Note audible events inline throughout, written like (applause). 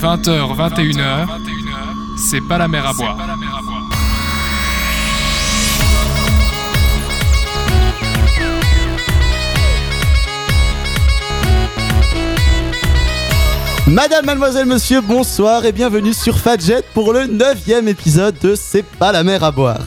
20h, 21h, c'est pas la mer à boire. Madame, mademoiselle, monsieur, bonsoir et bienvenue sur Fadjet pour le 9 épisode de C'est pas la mer à boire.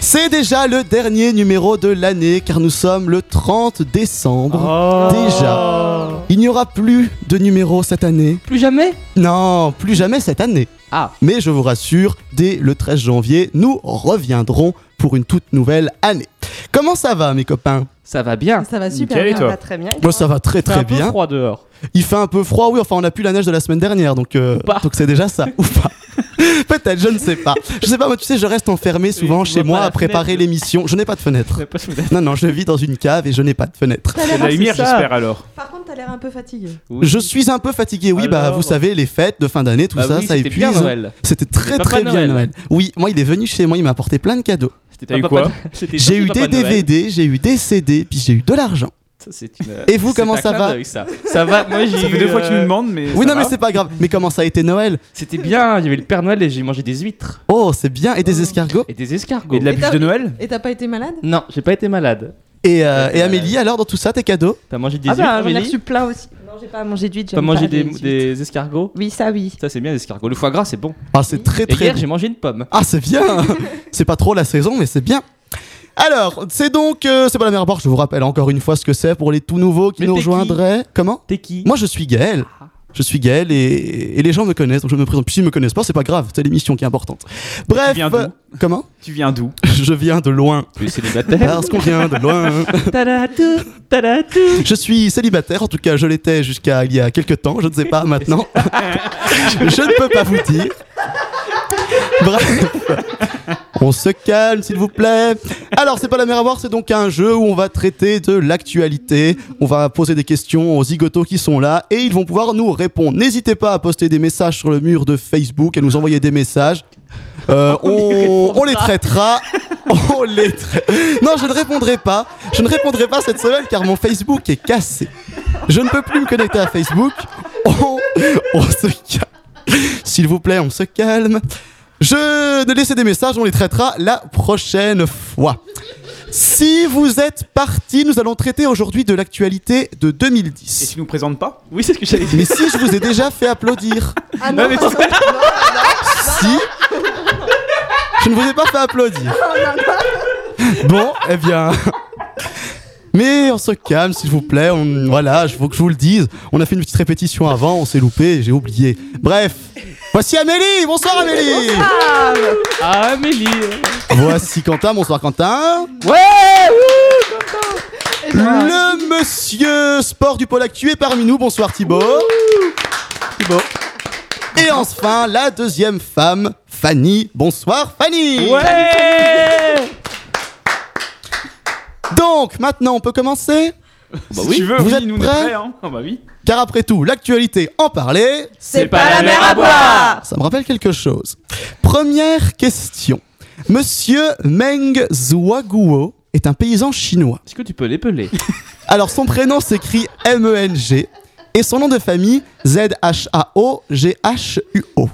C'est déjà le dernier numéro de l'année car nous sommes le 30 Oh. décembre. Déjà. Il n'y aura plus de numéro cette année. Plus jamais Non, plus jamais cette année. Ah. Mais je vous rassure, dès le 13 janvier, nous reviendrons pour une toute nouvelle année. Comment ça va mes copains Ça va bien. Ah, Ça va super Nickel, et bien, toi ça va très bien. Moi ça va très C'est un très peu bien. (laughs) froid dehors. Il fait un peu froid, oui, enfin on a plus la neige de la semaine dernière, donc euh, pas. donc c'est déjà ça, ou pas. (laughs) Peut-être, je ne sais pas. Je sais pas, moi tu sais, je reste enfermé souvent tu chez vois moi pas à la préparer fenêtre. l'émission. Je n'ai pas de fenêtre. C'est pas sous la- Non, non, je vis dans une cave et je n'ai pas de fenêtre. T'as C'est l'air de la assez- lumière, ça. j'espère alors. Par contre, t'as l'air un peu fatigué. Oui. Je suis un peu fatigué, oui, bah Alors vous savez, les fêtes de fin d'année, tout Bah ça, oui, ça c'était épuise. bien Noël. C'était très Papa très bien Noël. Noël. Oui, moi il est venu chez moi, il m'a apporté plein de cadeaux. C'était T'as pas eu Papa quoi Noël. (laughs) C'était J'ai eu surtout des Papa Noël. DVD, j'ai eu des CD, puis j'ai eu de l'argent. Ça, c'est euh, une- Et vous, c'est comment un ça clin va d'œil, ça. Ça va, moi j'ai Ça eu, fait deux fois que tu euh, nous demandes. demande, mais. Oui, ça non, mais va c'est pas grave. Mais comment ça a été Noël C'était bien, il y avait le Père Noël et j'ai mangé des huîtres Oh, c'est bien, et des escargots. et des escargots. Et de la Et bûche t'as- de Noël Et t'as pas été malade Non, j'ai pas été malade. Et, euh, Ouais, et euh, Amélie, alors dans tout ça, tes cadeaux T'as mangé des Ah huîtres, bah, j'en ai Amélie reçu plein aussi. Non, j'ai pas mangé d'huîtres, j'ai T'as mangé des, des escargots Oui, ça oui. Ça, c'est bien, des escargots. Le foie gras, c'est bon. Ah, c'est très Et très hier, j'ai mangé une pomme. Ah, c'est bien C'est pas trop la saison, mais c'est bien alors, c'est donc, euh, c'est pas la mer à boire, je vous rappelle encore une fois ce que c'est pour les tout nouveaux qui Mais nous t'es qui rejoindraient. Comment T'es qui Moi, je suis Gaël. Je suis Gaël et, et les gens me connaissent, donc je me présente. Puis s'ils me connaissent pas, c'est pas grave, c'est l'émission qui est importante. Bref, viens d'où euh, comment Tu viens d'où Je viens de loin, Tu es célibataire parce qu'on vient de loin. Tadatou, tadatou. (laughs) Je suis célibataire, en tout cas, je l'étais jusqu'à il y a quelques temps, je ne sais pas maintenant. je ne peux pas vous dire. Bref, on se calme, s'il vous plaît. Alors, c'est pas la mer à boire, c'est donc un jeu où on va traiter de l'actualité. On va poser des questions aux zigotos qui sont là et ils vont pouvoir nous répondre. N'hésitez pas à poster des messages sur le mur de Facebook, à nous envoyer des messages. Euh, (laughs) on, on les traitera. (laughs) On les tra- Non, je ne répondrai pas. Je ne répondrai pas cette semaine car mon Facebook est cassé. Je ne peux plus me connecter à Facebook. On, on se calme. S'il vous plaît, on se calme. Je ne laissez des messages, on les traitera la prochaine fois. Si vous êtes parti, nous allons traiter aujourd'hui de l'actualité de Et 2010. tu nous présentes pas Oui, c'est ce que j'allais dire. Mais si je vous ai déjà fait applaudir, Ah non, mais non, tu- non, (laughs) si je ne vous ai pas fait applaudir. Bon, eh bien. Mais on se calme, s'il vous plaît. On, voilà, je faut que je vous le dise. On a fait une petite répétition avant, on s'est loupé, j'ai oublié. Bref, voici Amélie. Bonsoir Amélie. Ah, Amélie Voici Quentin. Bonsoir Quentin. Ouais Le monsieur sport du pôle actu est parmi nous. Bonsoir Thibaut. Thibaut. Et enfin, la deuxième femme, Fanny. Bonsoir Fanny. Ouais Donc, maintenant, on peut commencer Bah oui. tu veux, Vous oui, êtes nous on est prêts Oh, prêts, hein. Ah bah oui. Car après tout, l'actualité en parler, C'est pas la mer à boire ça me rappelle quelque chose. Première question. Monsieur Meng Zhuaguo est un paysan chinois. Est-ce que tu peux l'épeler Alors son prénom s'écrit M-E-N-G et son nom de famille Z-H-A-O-G-H-U-O.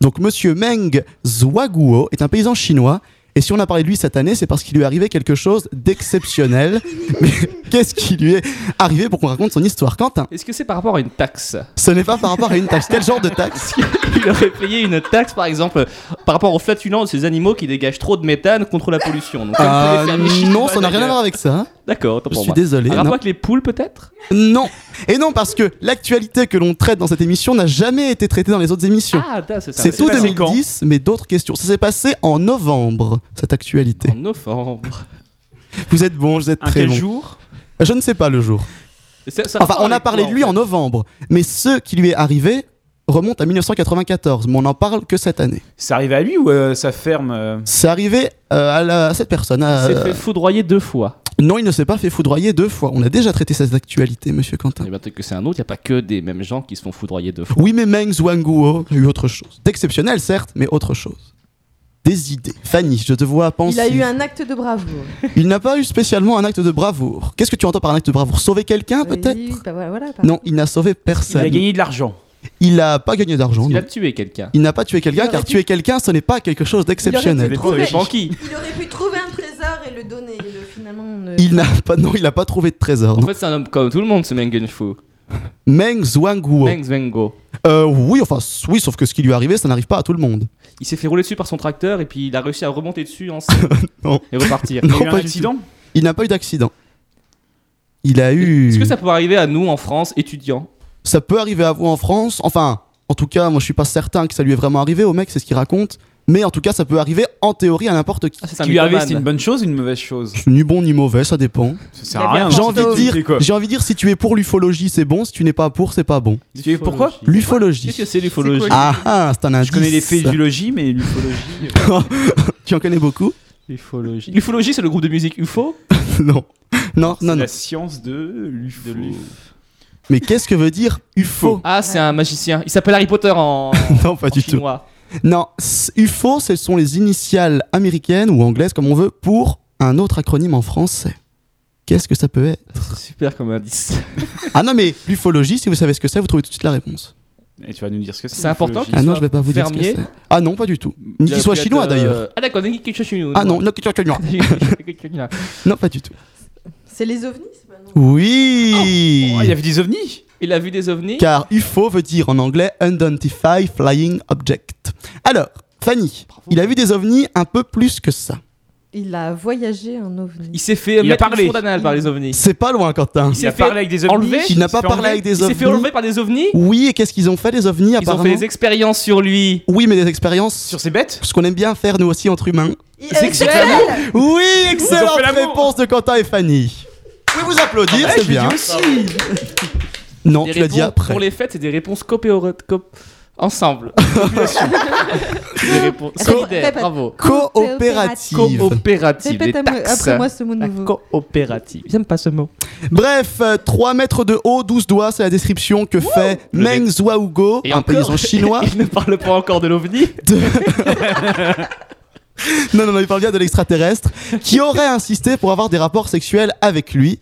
Donc monsieur Meng Zhuaguo est un paysan chinois et si on a parlé de lui cette année, c'est parce qu'il lui est arrivé quelque chose d'exceptionnel. (laughs) Mais qu'est-ce qui lui est arrivé pour qu'on raconte son histoire Quentin, Est-ce que c'est par rapport à une taxe (laughs) ce n'est pas par rapport à une taxe. Quel genre de taxe Il aurait payé une taxe, par exemple, par rapport aux flatulents de ces animaux qui dégagent trop de méthane contre la pollution. Donc, comme Euh, tous les fermiers Non, chinois, ça n'a rien à voir d'ailleurs. avec ça. hein. D'accord, tant Je pour suis moi. désolé. Un non. rapport avec les poules, peut-être Non. Et non, parce que l'actualité que l'on traite dans cette émission n'a jamais été traitée dans les autres émissions. Ah, d'accord, c'est ça. C'est tout passé 2010, mais d'autres questions. Ça s'est passé en novembre, cette actualité. En novembre. Vous êtes bon, vous êtes Un très quel bon. jour Je ne sais pas le jour. C'est- ça Enfin, part on a avec parlé quoi, de lui en novembre, mais ce qui lui est arrivé remonte à 1994, mais on n'en parle que cette année. C'est arrivé à lui ou euh, ça ferme euh, C'est arrivé euh, à, la- à cette personne. fait à- Il s'est fait foudroyer deux fois. Non, il ne s'est pas fait foudroyer deux fois. On a déjà traité cette actualité, monsieur Quentin. Eh bien, peut-être que c'est un autre, il n'y a pas que des mêmes gens qui se font foudroyer deux fois. Oui, mais Meng Zhuangguo a eu autre chose. D'exceptionnel, certes, mais autre chose. Des idées. Fanny, je te vois penser. Il a eu un acte de bravoure. Il n'a pas eu spécialement un acte de bravoure. Qu'est-ce que tu entends par un acte de bravoure Sauver quelqu'un, Ah, peut-être Oui, bah, voilà, voilà, par- Non, il n'a sauvé Il a personne. gagné de l'argent. Il n'a pas gagné d'argent. Il non. a tué quelqu'un. Il n'a pas tué quelqu'un, Il aurait car pu- tuer quelqu'un, ce n'est pas quelque chose Ça d'exceptionnel. dépend des Trouver. banquis. Il aurait pu trouver un trésor et le donner. et le- finalement, on ne- Il n'a pas, non, il n'a pas trouvé de trésor. En non. fait, c'est un homme comme tout le monde, ce Mengen Fu. Meng Zhuangguo. Meng Zhengo. Euh, oui, enfin, s- oui, sauf que ce qui lui est arrivé, ça n'arrive pas à tout le monde. Il s'est fait rouler dessus par son tracteur et puis il a réussi à remonter dessus en selle (laughs) Non. et repartir. Il y a eu Non, un pas du accident Il n'a pas eu d'accident. Il a eu. Est-ce que ça peut arriver à nous en France, étudiants Ça peut arriver à vous en France. Enfin, en tout cas, moi, je suis pas certain que ça lui est vraiment arrivé au mec, c'est ce qu'il raconte. Mais en tout cas, ça peut arriver en théorie à n'importe qui. Ah, c'est Ce qui lui est arrivé, c'était une bonne chose ou une mauvaise chose Ni bon ni mauvais, ça dépend. Ça Il sert y à avait rien. un J'ai envie de Ah, C'est dire, quoi j'ai envie de dire, si tu es pour l'ufologie, c'est bon. Si tu n'es pas pour, c'est pas bon. Tu es pourquoi Qu'est-ce L'ufologie. que c'est l'ufologie C'est quoi Ah ah, c'est un indice. Je connais les fédulogies, mais l'ufologie. (laughs) Tu en connais beaucoup (laughs) L'ufologie. L'ufologie, c'est le groupe de musique UFO Non. Non, C'est non, non. la science de l'ufo. De l'ufo. Mais qu'est-ce que veut dire UFO Ah, c'est un magicien. Il s'appelle Harry Potter en. (laughs) Non, pas en du tout. chinois. Non, s- UFO, ce sont les initiales américaines ou anglaises, comme on veut, pour un autre acronyme en français. Qu'est-ce que ça peut être C'est Super comme indice. Ah non, mais l'ufologie, si vous savez ce que c'est, vous trouvez tout de suite la réponse. Et tu vas nous dire ce que c'est. C'est important l'ufologie. Ah non, soit je vais pas vous dire ce que fermier. c'est. Ah non, pas du tout. Ni qu'il soit Il a pu chinois être, euh, d'ailleurs. Ah, d'accord, ni qu'il soit chinois. Ah (laughs) non, non, que tu- que tu- non. non, pas du tout. C'est les ovnis c'est pas non. Oui Oh, il y avait des ovnis Il a vu des ovnis Car UFO veut dire en anglais Unidentified Flying Object. Alors, Fanny, il a vu des ovnis un peu plus que ça. Il a voyagé en Il ovni. s'est fait Il a mettre parlé. une sonde anale par les ovnis. C'est pas loin, Quentin. Il s'est Il a fait parlé avec des ovnis. enlever. Il n'a pas s'est parlé enlevé. avec des Il s'est fait ovnis. enlever par des ovnis Oui, et qu'est-ce qu'ils ont fait les ovnis Ils ont apparemment fait des expériences sur lui. Oui, mais des expériences Sur ces bêtes ce qu'on aime bien faire nous aussi entre humains. Il- C'est euh, que c'est Joël Oui, Ils ont excellente fait l'amour. réponse de Quentin et Fanny. Je vais vous Ah, applaudir, c'est bien. Non, Des tu l'as dit réponses après. Pour les fêtes, c'est des réponses coopératives. (laughs) Ensemble. des réponses Répète. solidaires. Répète. Bravo. Coopérative. Coopérative. Répète des à moi- taxes. après moi ce mot La nouveau. coopérative. J'aime pas ce mot. Bref, euh, 3 mètres de haut, 12 doigts, c'est la description que fait Le Meng Zhuangguo, Et un encore, paysan (laughs) chinois. Il ne parle pas encore de l'OVNI. (laughs) non, non, non, il parle bien de l'extraterrestre, qui aurait insisté pour avoir des rapports sexuels avec lui.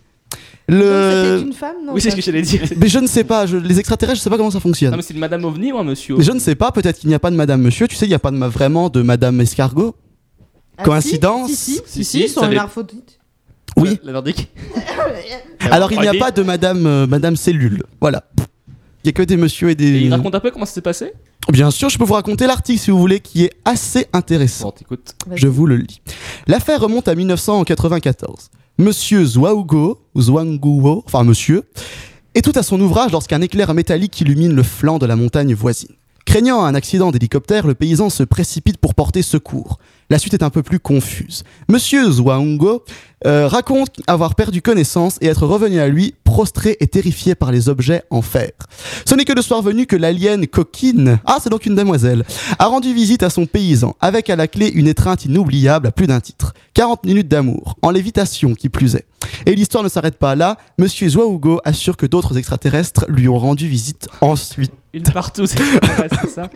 Donc, Le... C'était une femme, non Euh, Oui, c'est ce que j'allais dire. (laughs) Mais je ne sais pas, je- les extraterrestres, je ne sais pas comment ça Non, fonctionne. mais c'est une madame OVNI ou un monsieur Mais je ne sais pas, peut-être qu'il n'y a pas de Madame Monsieur, tu sais, il n'y a pas de ma- vraiment de Madame Escargot. Ah, Coïncidence Si, si, si, Si, si, si, ils sont ça dé- hermaphrodites. Oui. Euh, La, la nordique. (laughs) Euh, Alors il n'y a Ok. pas de Madame, euh, Madame Cellule, voilà. Il n'y a que des messieurs et Et des... il raconte un peu comment ça s'est passé Bien sûr, je peux vous raconter l'article si vous voulez, qui est assez intéressant. Bon, t'écoutes. Je vous le lis. L'affaire remonte à 1994. Monsieur Zhuangguo, Zhuangguo, enfin monsieur, est tout à son ouvrage lorsqu'un éclair métallique illumine le flanc de la montagne voisine. Craignant un accident d'hélicoptère, le paysan se précipite pour porter secours. La suite est un peu plus confuse. Monsieur Zhuangguo euh, raconte avoir perdu connaissance et être revenu à lui prostré et terrifié par les objets en fer. Ce n'est que le soir venu que l'alien coquine, ah c'est donc une demoiselle, a rendu visite à son paysan, avec à la clé une étreinte inoubliable à plus d'un titre. 40 minutes d'amour, en lévitation qui plus est. Et l'histoire ne s'arrête pas là, Monsieur Zouaougo assure que d'autres extraterrestres lui ont rendu visite ensuite. Une partout, c'est ouais, c'est ça.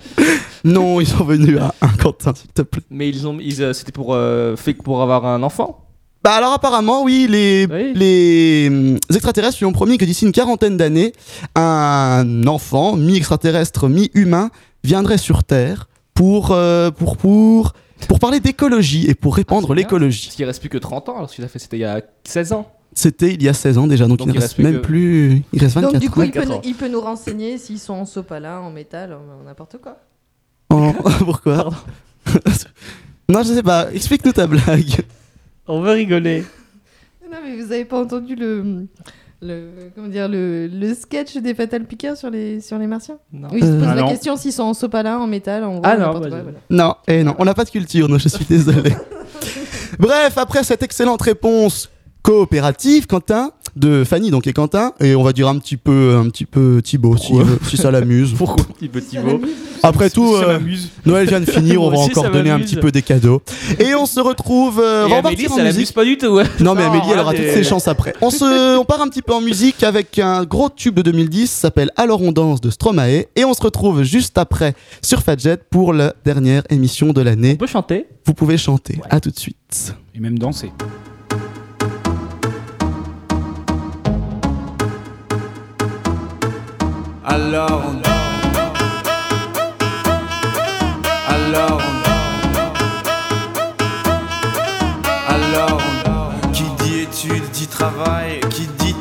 Non, ils sont venus à un Quentin, s'il te plaît. Mais ils ont, ils, euh, c'était pour, euh, fait que pour avoir un enfant. Bah alors apparemment, oui, les, Oui. les hum, extraterrestres lui ont promis que d'ici une quarantaine d'années, un enfant, mi-extraterrestre, mi-humain, viendrait sur Terre pour, euh, pour, pour, pour parler d'écologie et pour répandre Ah, c'est bien. l'écologie. Parce qu'il reste plus que 30 ans, alors qu'il a fait, c'était il y a 16 ans. C'était il y a 16 ans déjà, donc, Donc il ne il reste reste même que- plus. Il reste 24 Donc du coup, il peut, 24 nous- ans. il peut nous renseigner s'ils sont en sopalin, en métal, en en n'importe quoi. ans. Oh, (laughs) Pourquoi Pardon. Non, je sais pas. Explique-nous ta blague. On veut rigoler. Non, mais vous avez pas entendu le, le comment dire le, le sketch des Fatal Piqueurs sur les sur les martiens Non. Oui, ils se Euh, posent ah la non. question s'ils sont en sopalin, en métal, en gros, Ah non, n'importe bah, quoi, je- voilà. Non, et non, on n'a pas de culture, non, je suis (laughs) désolé. Bref, après cette excellente réponse coopérative, Quentin, de Fanny donc et Quentin, et on va dire un petit peu, un petit peu Thibaut si, Pourquoi si ça l'amuse. (laughs) Pourquoi petit petit mot Après tout, Ça euh, m'amuse. Noël vient de finir, on Moi va aussi, encore ça donner un m'amuse. petit peu des cadeaux. Et on se retrouve, euh, on Et va Amélie, repartir en ça musique. l'amuse pas du tout. hein. Non mais Non, Amélie elle hein, aura mais- toutes ses chances après. On se on part un petit peu en musique avec un gros tube de 2010 s'appelle Alors on danse de Stromae et on se retrouve juste après sur Fadjet pour la dernière émission de l'année. On peut chanter Vous pouvez chanter. À tout de suite. Et même danser. Alors on danse, études dit travail, qui dit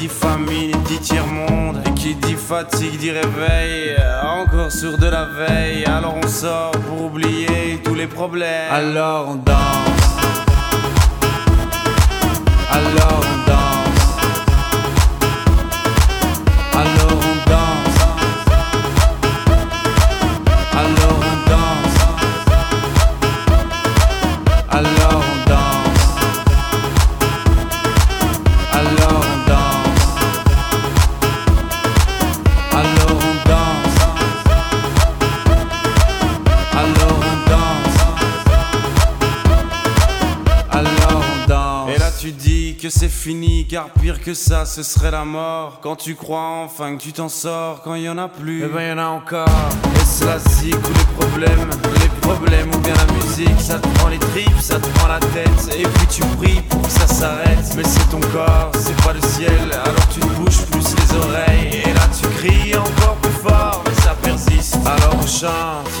dit famine et dit tiers-monde, et qui dit fatigue dit réveil, euh, encore sur de la veille, alors on sort pour oublier tous les problèmes, alors on danse, alors on danse. Alors on danse. Alors on danse. Alors on danse. Alors on danse. Alors on danse. Alors on danse. Alors on danse. Et là tu dis que c'est fini, car pire que ça, ce serait la mort. Quand tu crois enfin que tu t'en sors, quand il y en a plus, eh ben y en a encore. Est-ce la zik ou les problèmes Les problèmes ou bien la musique, ça te prend les tripes, ça te prend la tête. Et puis tu pries pour que ça s'arrête. Mais c'est ton corps, c'est pas le ciel, alors tu ne bouges plus les oreilles. Et là tu cries encore plus fort, mais ça persiste. Alors on chante.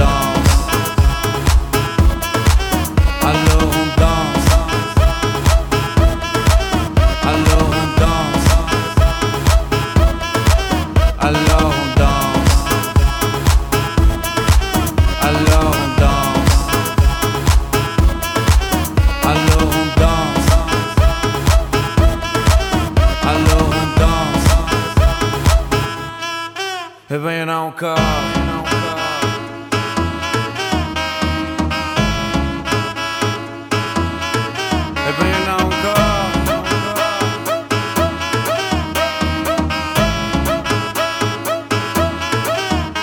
danse. Alors on danse. Alors on danse. Alors on danse. Alors on danse. Alors on danse. Alors on danse. Eh ben y'en a encore. y'en a encore. Eh ben y'en a encore.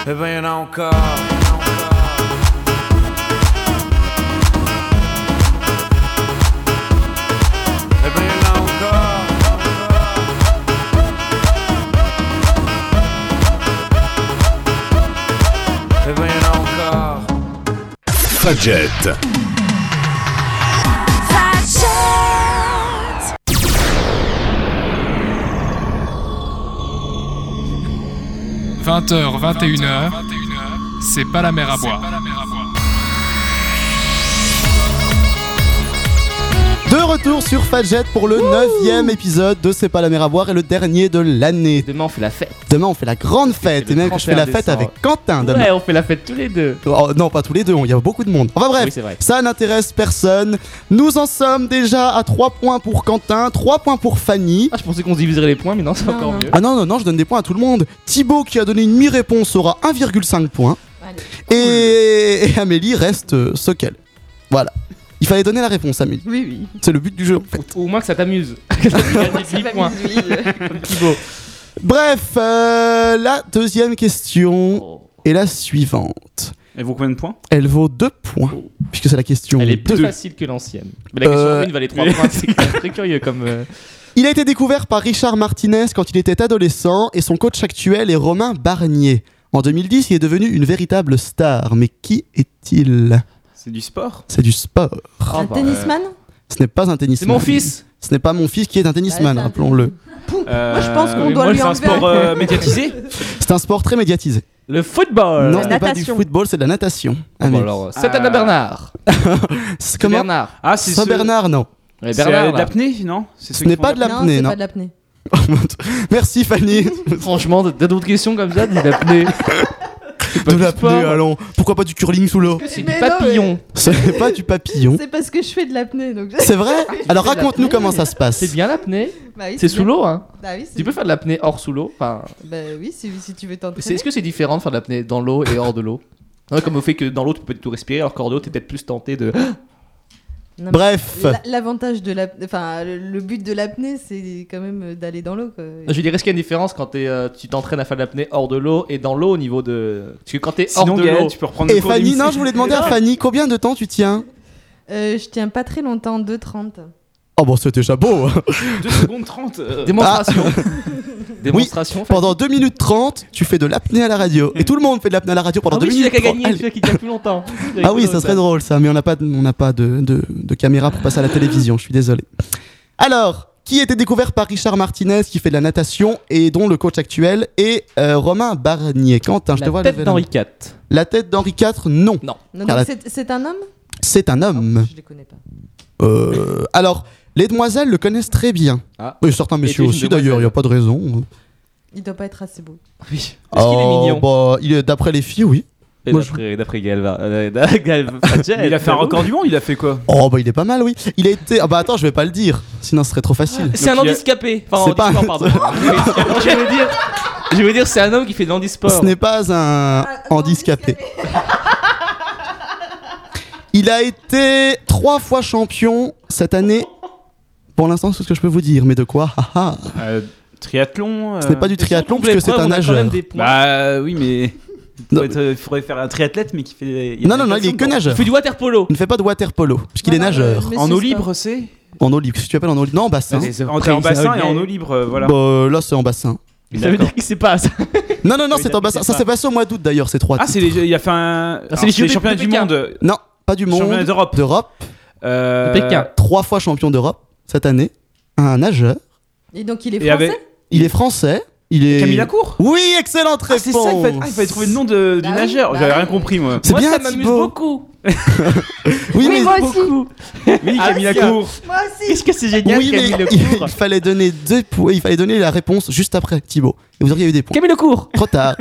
Eh ben y'en a encore. Eh ben y'en a encore. Eh ben y'en a encore. Fudget. h 21h, c'est pas la mer à boire. De retour sur Fadjet pour le 9ème épisode de C'est pas la mer à boire et le dernier de l'année. Demain, on fait la fête. Demain, on fait la grande Et fête c'est et le même que je fais la 31 fête décembre. avec Quentin demain. Ouais, on fait la fête tous les deux. Oh, non, pas tous les deux, il y a beaucoup de monde. Enfin bref, Oui, c'est vrai. ça n'intéresse personne. Nous en sommes déjà à 3 points pour Quentin, 3 points pour Fanny. Ah, je pensais qu'on se diviserait les points, mais non, c'est Non, encore non. mieux. Ah non, non, non, je donne des points à tout le monde. Thibaut qui a donné une mi-réponse aura 1,5 points. Allez. Et... et Amélie reste euh, ce qu'elle. Voilà. Il fallait donner la réponse, Amélie. Oui, oui. C'est le but du jeu en fait. Ou au moins que ça t'amuse. Que ça te gagne C'est 10 pas points. mis d'huile. Thibaut. Bref, euh, la deuxième question Oh. est la suivante. Elle vaut combien de points Elle vaut 2 points, puisque c'est la question Elle est plus 2. facile que l'ancienne. Mais la question Euh, 1 valait 3 points. C'est quand même très curieux comme. euh, Il a été découvert par Richard Martinez quand il était adolescent et son coach actuel est Romain Barnier. En 2010, il est devenu une véritable star. Mais qui est-il C'est du sport C'est du sport. oh, Un bah, tennisman Ce n'est pas un C'est tennisman. mon fils Ce n'est pas mon fils qui est un tennisman, Ouais, c'est un rappelons-le. Moi, je pense qu'on doit Euh, moi, lui c'est un enlever. sport euh, médiatisé C'est un sport très médiatisé. Le football non, la ce n'est pas du natation. football, c'est de la natation. Ah, Bon, mais- alors, euh, Satana Euh, Bernard. C'est comment Bernard. Ah, c'est Saint ce- Bernard, non. (laughs) Ouais, C'est Bernard, euh, de là. l'apnée, non C'est Ce ceux qui n'est font pas de Non, l'apnée, c'est non. pas de l'apnée. Merci Fanny. (laughs) Franchement, t'as d'autres questions comme ça, dis l'apnée. pas de du la sport. pneu, allons. Pourquoi pas du curling sous l'eau C'est Mais du non, papillon. C'est pas du papillon. mais C'est parce que je fais de l'apnée, donc. C'est vrai Alors fais de la raconte-nous pneu. comment ça se passe. C'est bien l'apnée. Bah oui, C'est sous bien. l'eau, hein. Bah oui, c'est. Tu peux faire de l'apnée hors sous l'eau. Enfin, Bah oui, si, si tu veux c'est- t'entraîner. est-ce que c'est différent de faire de l'apnée dans l'eau et hors de l'eau Ouais, Comme au fait que dans l'eau tu peux pas du tout respirer, alors qu'hors de l'eau t'es peut-être plus tenté de. Non, mais Bref, la- L'avantage de l'apnée, enfin le, le but de l'apnée, c'est quand même euh, d'aller dans l'eau. quoi. Je veux dire, est-ce qu'il y a une différence quand t'es, euh, tu t'entraînes à faire de l'apnée hors de l'eau et dans l'eau au niveau de. Parce que quand t'es hors Sinon, de Gaël, l'eau. tu peux reprendre et le cours Fanny, d'émission. non, je voulais demander à Fanny combien de temps tu tiens Euh, je tiens pas très longtemps, 2,30. Oh bon, c'était chapeau 2 secondes 30. euh, Démonstration. Ah. (laughs) Démonstration. Enfin, Pendant 2 minutes 30, tu fais de l'apnée à la radio. Et tout le monde fait de l'apnée à la radio pendant ah 2 oui, celui minutes. qui a 30. gagné, Allez. celui qui tient plus (laughs) longtemps. Ah oui, ça serait drôle ça, mais on n'a pas, de- on n'a pas de, de- de caméra pour passer à la télévision, je suis désolé. Alors, qui a été découvert par Richard Martinez qui fait de la natation et dont le coach actuel est euh, Romain Barnier Quentin, je te La vois tête lever la d'Henri main. IV. La tête d'Henri IV, non. Non, Car donc la- c'est- c'est un homme Oh, C'est un homme. Je les connais pas. Euh, alors, les demoiselles le connaissent très bien. Ah. Et certains messieurs une aussi demoiselle. d'ailleurs, il n'y a pas de raison. Il doit pas être assez beau. Oui. Est-ce qu'il est Oh, mignon bah, il est- D'après les filles, oui. Et moi, je- d'après- D'après Galva. euh, d'a- Galva- mais Il a fait un Galva- record du monde, il a fait quoi Oh bah il est pas mal, oui. Il a été... Ah bah attends, je vais pas le dire, sinon ce serait trop facile. Ah, C'est un Donc, il y a- handicapé. Enfin, C'est pas handisport, un- pardon. je veux dire, je veux dire, c'est un homme qui fait de l'handisport. Ce n'est pas Ah, un handicapé. Il a été trois fois champion cette année. Pour l'instant, c'est tout ce que je peux vous dire, mais de quoi Ah, ah. Euh, Triathlon. Ce euh, n'est pas du triathlon Double puisque c'est épreuve, un on a quand nageur. même des points. Bah oui, mais. Non. Il faudrait, faudrait faire un triathlète, mais qui fait. Non, non, non, il est que nageur. Il nageur. fait du water polo. Il ne fait pas de water polo puisqu'il est Voilà, nageur. euh, mais En c'est eau ça. libre, c'est En eau libre, si tu appelles en eau libre. Non, en bassin. Entre en bassin et en eau libre, euh, voilà. Bah, là, c'est en bassin. Ça veut dire qu'il sait pas. ça. Non, non, non, Oui, c'est en d'accord, bassin. c'est Ça pas- s'est passé au mois d'août d'ailleurs, ces trois. Ah, titres. c'est les, il a fait un. Ah, alors, c'est les c'est les championnats de championnats du Pékin. monde. Non, pas hein. du Championnats monde. d'Europe. D'Europe. Euh, hein. Pékin. Trois fois champion d'Europe cette année. Un nageur. Et donc il est Et français avec- Il est français. Il est. Camille Lacour Oui, excellente Ah, réponse. c'est ça, il fallait, ah, il fallait trouver le nom de- du Bah oui, nageur. bah J'avais rien oui. compris, moi. C'est Moi, bien, ça m'amuse Thibaut. beaucoup. Oui, mais, moi aussi. Oui, Ah, Camille si, Lacour. Moi aussi. Est-ce que c'est génial, oui, Camille mais Lecour il fallait donner deux points. Il fallait donner la réponse juste après Thibaut. Et vous auriez eu des points. Camille Lecour Trop tard.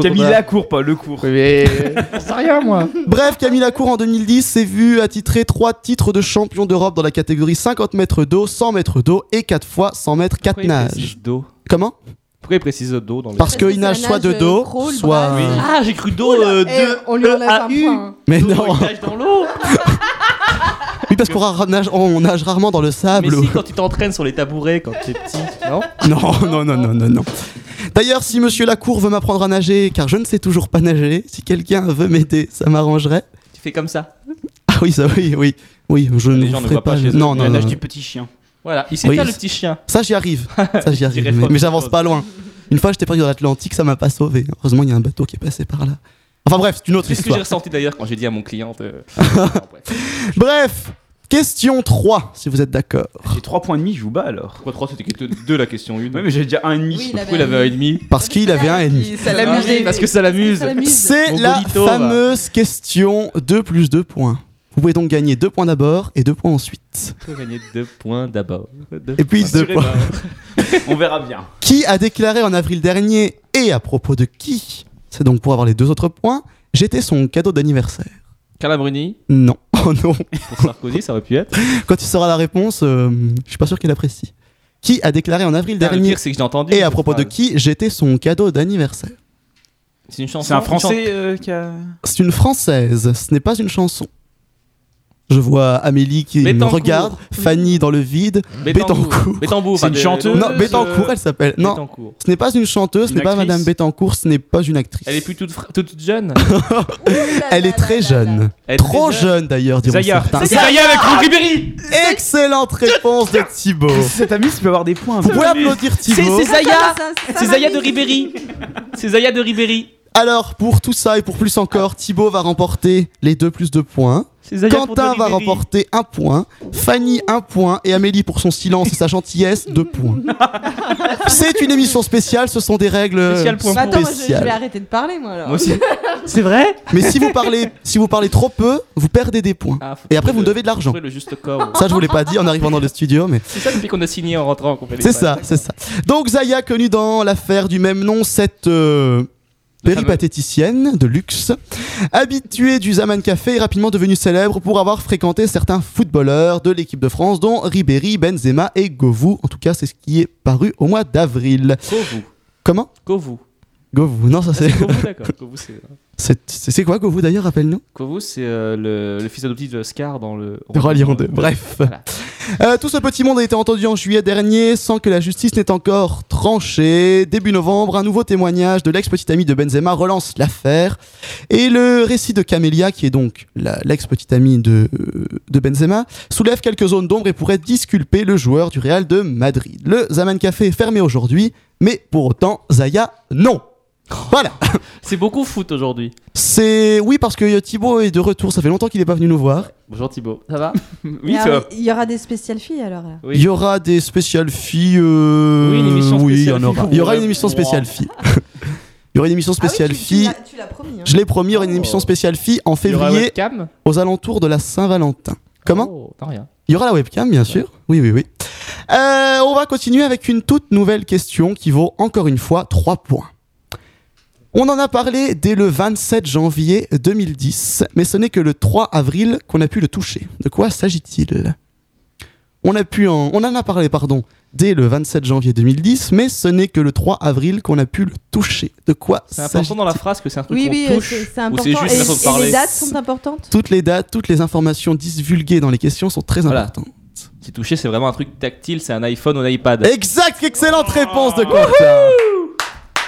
Camille Lacour, pas le cours. Mais. J'en sais rien, moi. Bref, Camille Lacour en 2010 s'est vue attitrer trois titres de champion d'Europe dans la catégorie 50 mètres d'eau, 100 mètres d'eau et 4 fois 100 mètres 4 nages. dos Comment Pourquoi il précise dos dans le. Parce que qu'il c'est nage un soit de nage, euh, dos, crawl, soit. bras. Oui. Ah, j'ai cru dos euh, de. eh, on lui E enlève un E-A-U. point. Mais Dos, non, Il nage dans l'eau. oui, parce qu'on ra- nage, on nage rarement dans le Mais sable. si, quand tu t'entraînes sur les tabourets quand t'es petit, non (laughs) Non, non, non, non, non, non. D'ailleurs, si monsieur Lacour veut m'apprendre à nager, car je ne sais toujours pas nager, si quelqu'un veut m'aider, ça m'arrangerait. Tu fais comme ça. Ah (laughs) oui, ça, oui, oui. Oui, je Les ne vous gens ne ferai voient pas. Ah, pas chez eux. non, Il non, non, nage non. du petit chien. Voilà, il sait Oui, faire le c'est- petit chien. Ça, j'y (laughs) arrive. Ça, j'y arrive. Dirait Mais, Fox mais j'avance Fox. pas loin. Une fois, j'étais perdu dans l'Atlantique, ça m'a pas sauvé. Heureusement, il y a un bateau qui est passé par là. Enfin bref, c'est une autre C'est ce que j'ai histoire. ressenti d'ailleurs quand j'ai dit à mon client. (laughs) euh, Bref, question 3, si vous êtes d'accord. J'ai 3 points et demi, je vous bats alors. Pourquoi 3 c'était que 2 la question 1 Ouais, mais j'avais déjà 1,5. Oui, Pourquoi il avait un et demi Parce qu'il avait un ennemi. E Ça Ah oui, Parce que ça l'amuse. C'est Mon la bolito, va. fameuse question 2 plus 2 points. Vous pouvez donc gagner 2 points d'abord et 2 points ensuite. Faut gagner 2 points d'abord. Deux Et puis points. 2 points. On verra bien. Qui a déclaré en avril dernier et à propos de qui C'est donc pour avoir les deux autres points. J'étais son cadeau d'anniversaire. Carla Bruni, Non, (laughs) oh non. pour Sarkozy, ça aurait pu être. Quand il saura la réponse, euh, je suis pas sûr qu'il apprécie. Qui a déclaré en avril Putain, Le dernier pire, c'est que j'ai entendu. et à cette propos de phrase. qui j'étais son cadeau d'anniversaire C'est une chanson. C'est un une chanson. français euh, qui a. C'est une française, ce n'est pas une chanson. Je vois Amélie qui me Bettencourt. regarde, Fanny dans le vide. Bettencourt. Bétancourt. C'est une chanteuse. Non, Euh, Bettencourt, elle s'appelle. Non, Bettencourt. ce n'est pas une chanteuse, ce Une n'est pas actrice. Madame Bettencourt, ce n'est pas une actrice. Elle est plus toute, fra- toute jeune. Elle est très jeune. Elle est Trop très jeune d'ailleurs, diront Zaya. certains. C'est Zaya avec Franck Ribéry. Excellente réponse de Thibaut. Cet ami, tu peux avoir des points. Vous pouvez applaudir C'est Thibaut. c'est Ah, (laughs) Zaya. C'est Zaya de Ribéry. C'est Zaya de Ribéry. Alors, pour tout ça et pour plus encore, Thibaut va remporter les 2 plus 2 points. C'est Zaya pour Quentin de va Ribéry. remporter 1 point. Fanny, 1 point. Et Amélie, pour son silence et sa gentillesse, 2 points. C'est une émission spéciale, ce sont des règles Spécial point Mais attends, moi, je, je vais spéciales. arrêter de parler moi alors. Ah, (laughs) Moi aussi. C'est vrai Mais si vous, parlez, si vous parlez trop peu, vous perdez des points. Ah, faut Et après, vous me trouver devez de l'argent. trouver le juste corps. (laughs) Ça, je vous l'ai pas dit en arrivant dans le studio, mais C'est ça depuis qu'on a signé en rentrant en compagnie. c'est ça, c'est ça. Donc Zaya, connue dans l'affaire du même nom, cette euh, péripatéticienne de luxe, habituée du Zaman Café et rapidement devenue célèbre pour avoir fréquenté certains footballeurs de l'équipe de France, dont Ribéry, Benzema et Govou. En tout cas, c'est ce qui est paru au mois d'avril. Kovu. Comment Kovu. Govou Non, ça (laughs) c'est. Kovu, (laughs) d'accord. Kovu, Ah, c'est. hein. c'est- (laughs) C'est c'est quoi Govou d'ailleurs Rappelle-nous. Kovu, c'est euh, le, le fils adoptif de Scar dans le. Roi Lion 2. Bref. Voilà. Euh, tout ce petit monde a été entendu en juillet dernier sans que la justice n'ait encore tranché. Début novembre, un nouveau témoignage de l'ex-petite amie de Benzema relance l'affaire. Et le récit de Camélia, qui est donc la- l'ex-petite amie de, euh, de Benzema, soulève quelques zones d'ombre et pourrait disculper le joueur du Real de Madrid. Le Zaman Café est fermé aujourd'hui, mais pour autant, Zaya, non. Voilà. C'est beaucoup foot aujourd'hui. C'est oui parce que Thibaut est de retour. Ça fait longtemps qu'il n'est pas venu nous voir. Bonjour Thibaut. (laughs) Ça va Oui, Mais ça ah alors, va. Il y aura des spéciales filles alors là. Il y aura des spéciales filles. euh, Oui, une émission oui, il y spéciale en aura. filles. Il y aura une émission spéciale filles. (laughs) Il y aura une émission spéciale filles. Ah Tu l'as promis. hein. Je l'ai promis, il y aura une émission spéciale filles en hein. Oh. Il y aura février webcam aux alentours de la Saint-Valentin. Comment Oh, non, rien. Il y aura la webcam, bien sûr. Oui, oui, oui. Euh, on va continuer avec une toute nouvelle question qui vaut encore une fois 3 points. On en a parlé dès le 27 janvier 2010, mais ce n'est que le 3 avril qu'on a pu le toucher. De quoi s'agit-il on, a pu en, on en a parlé, pardon, dès le 27 janvier 2010, mais ce n'est que le 3 avril qu'on a pu le toucher. De quoi C'est important dans la s'agit-il phrase que c'est un truc Oui, qu'on oui, euh, touche. c'est c'est ou important. c'est juste et, une façon de et parler. les dates sont importantes. Toutes les dates, toutes les informations divulguées dans les questions sont très Voilà. importantes. Si touché, c'est vraiment un truc tactile, c'est un iPhone ou un iPad. Exact, excellente réponse de Quentin.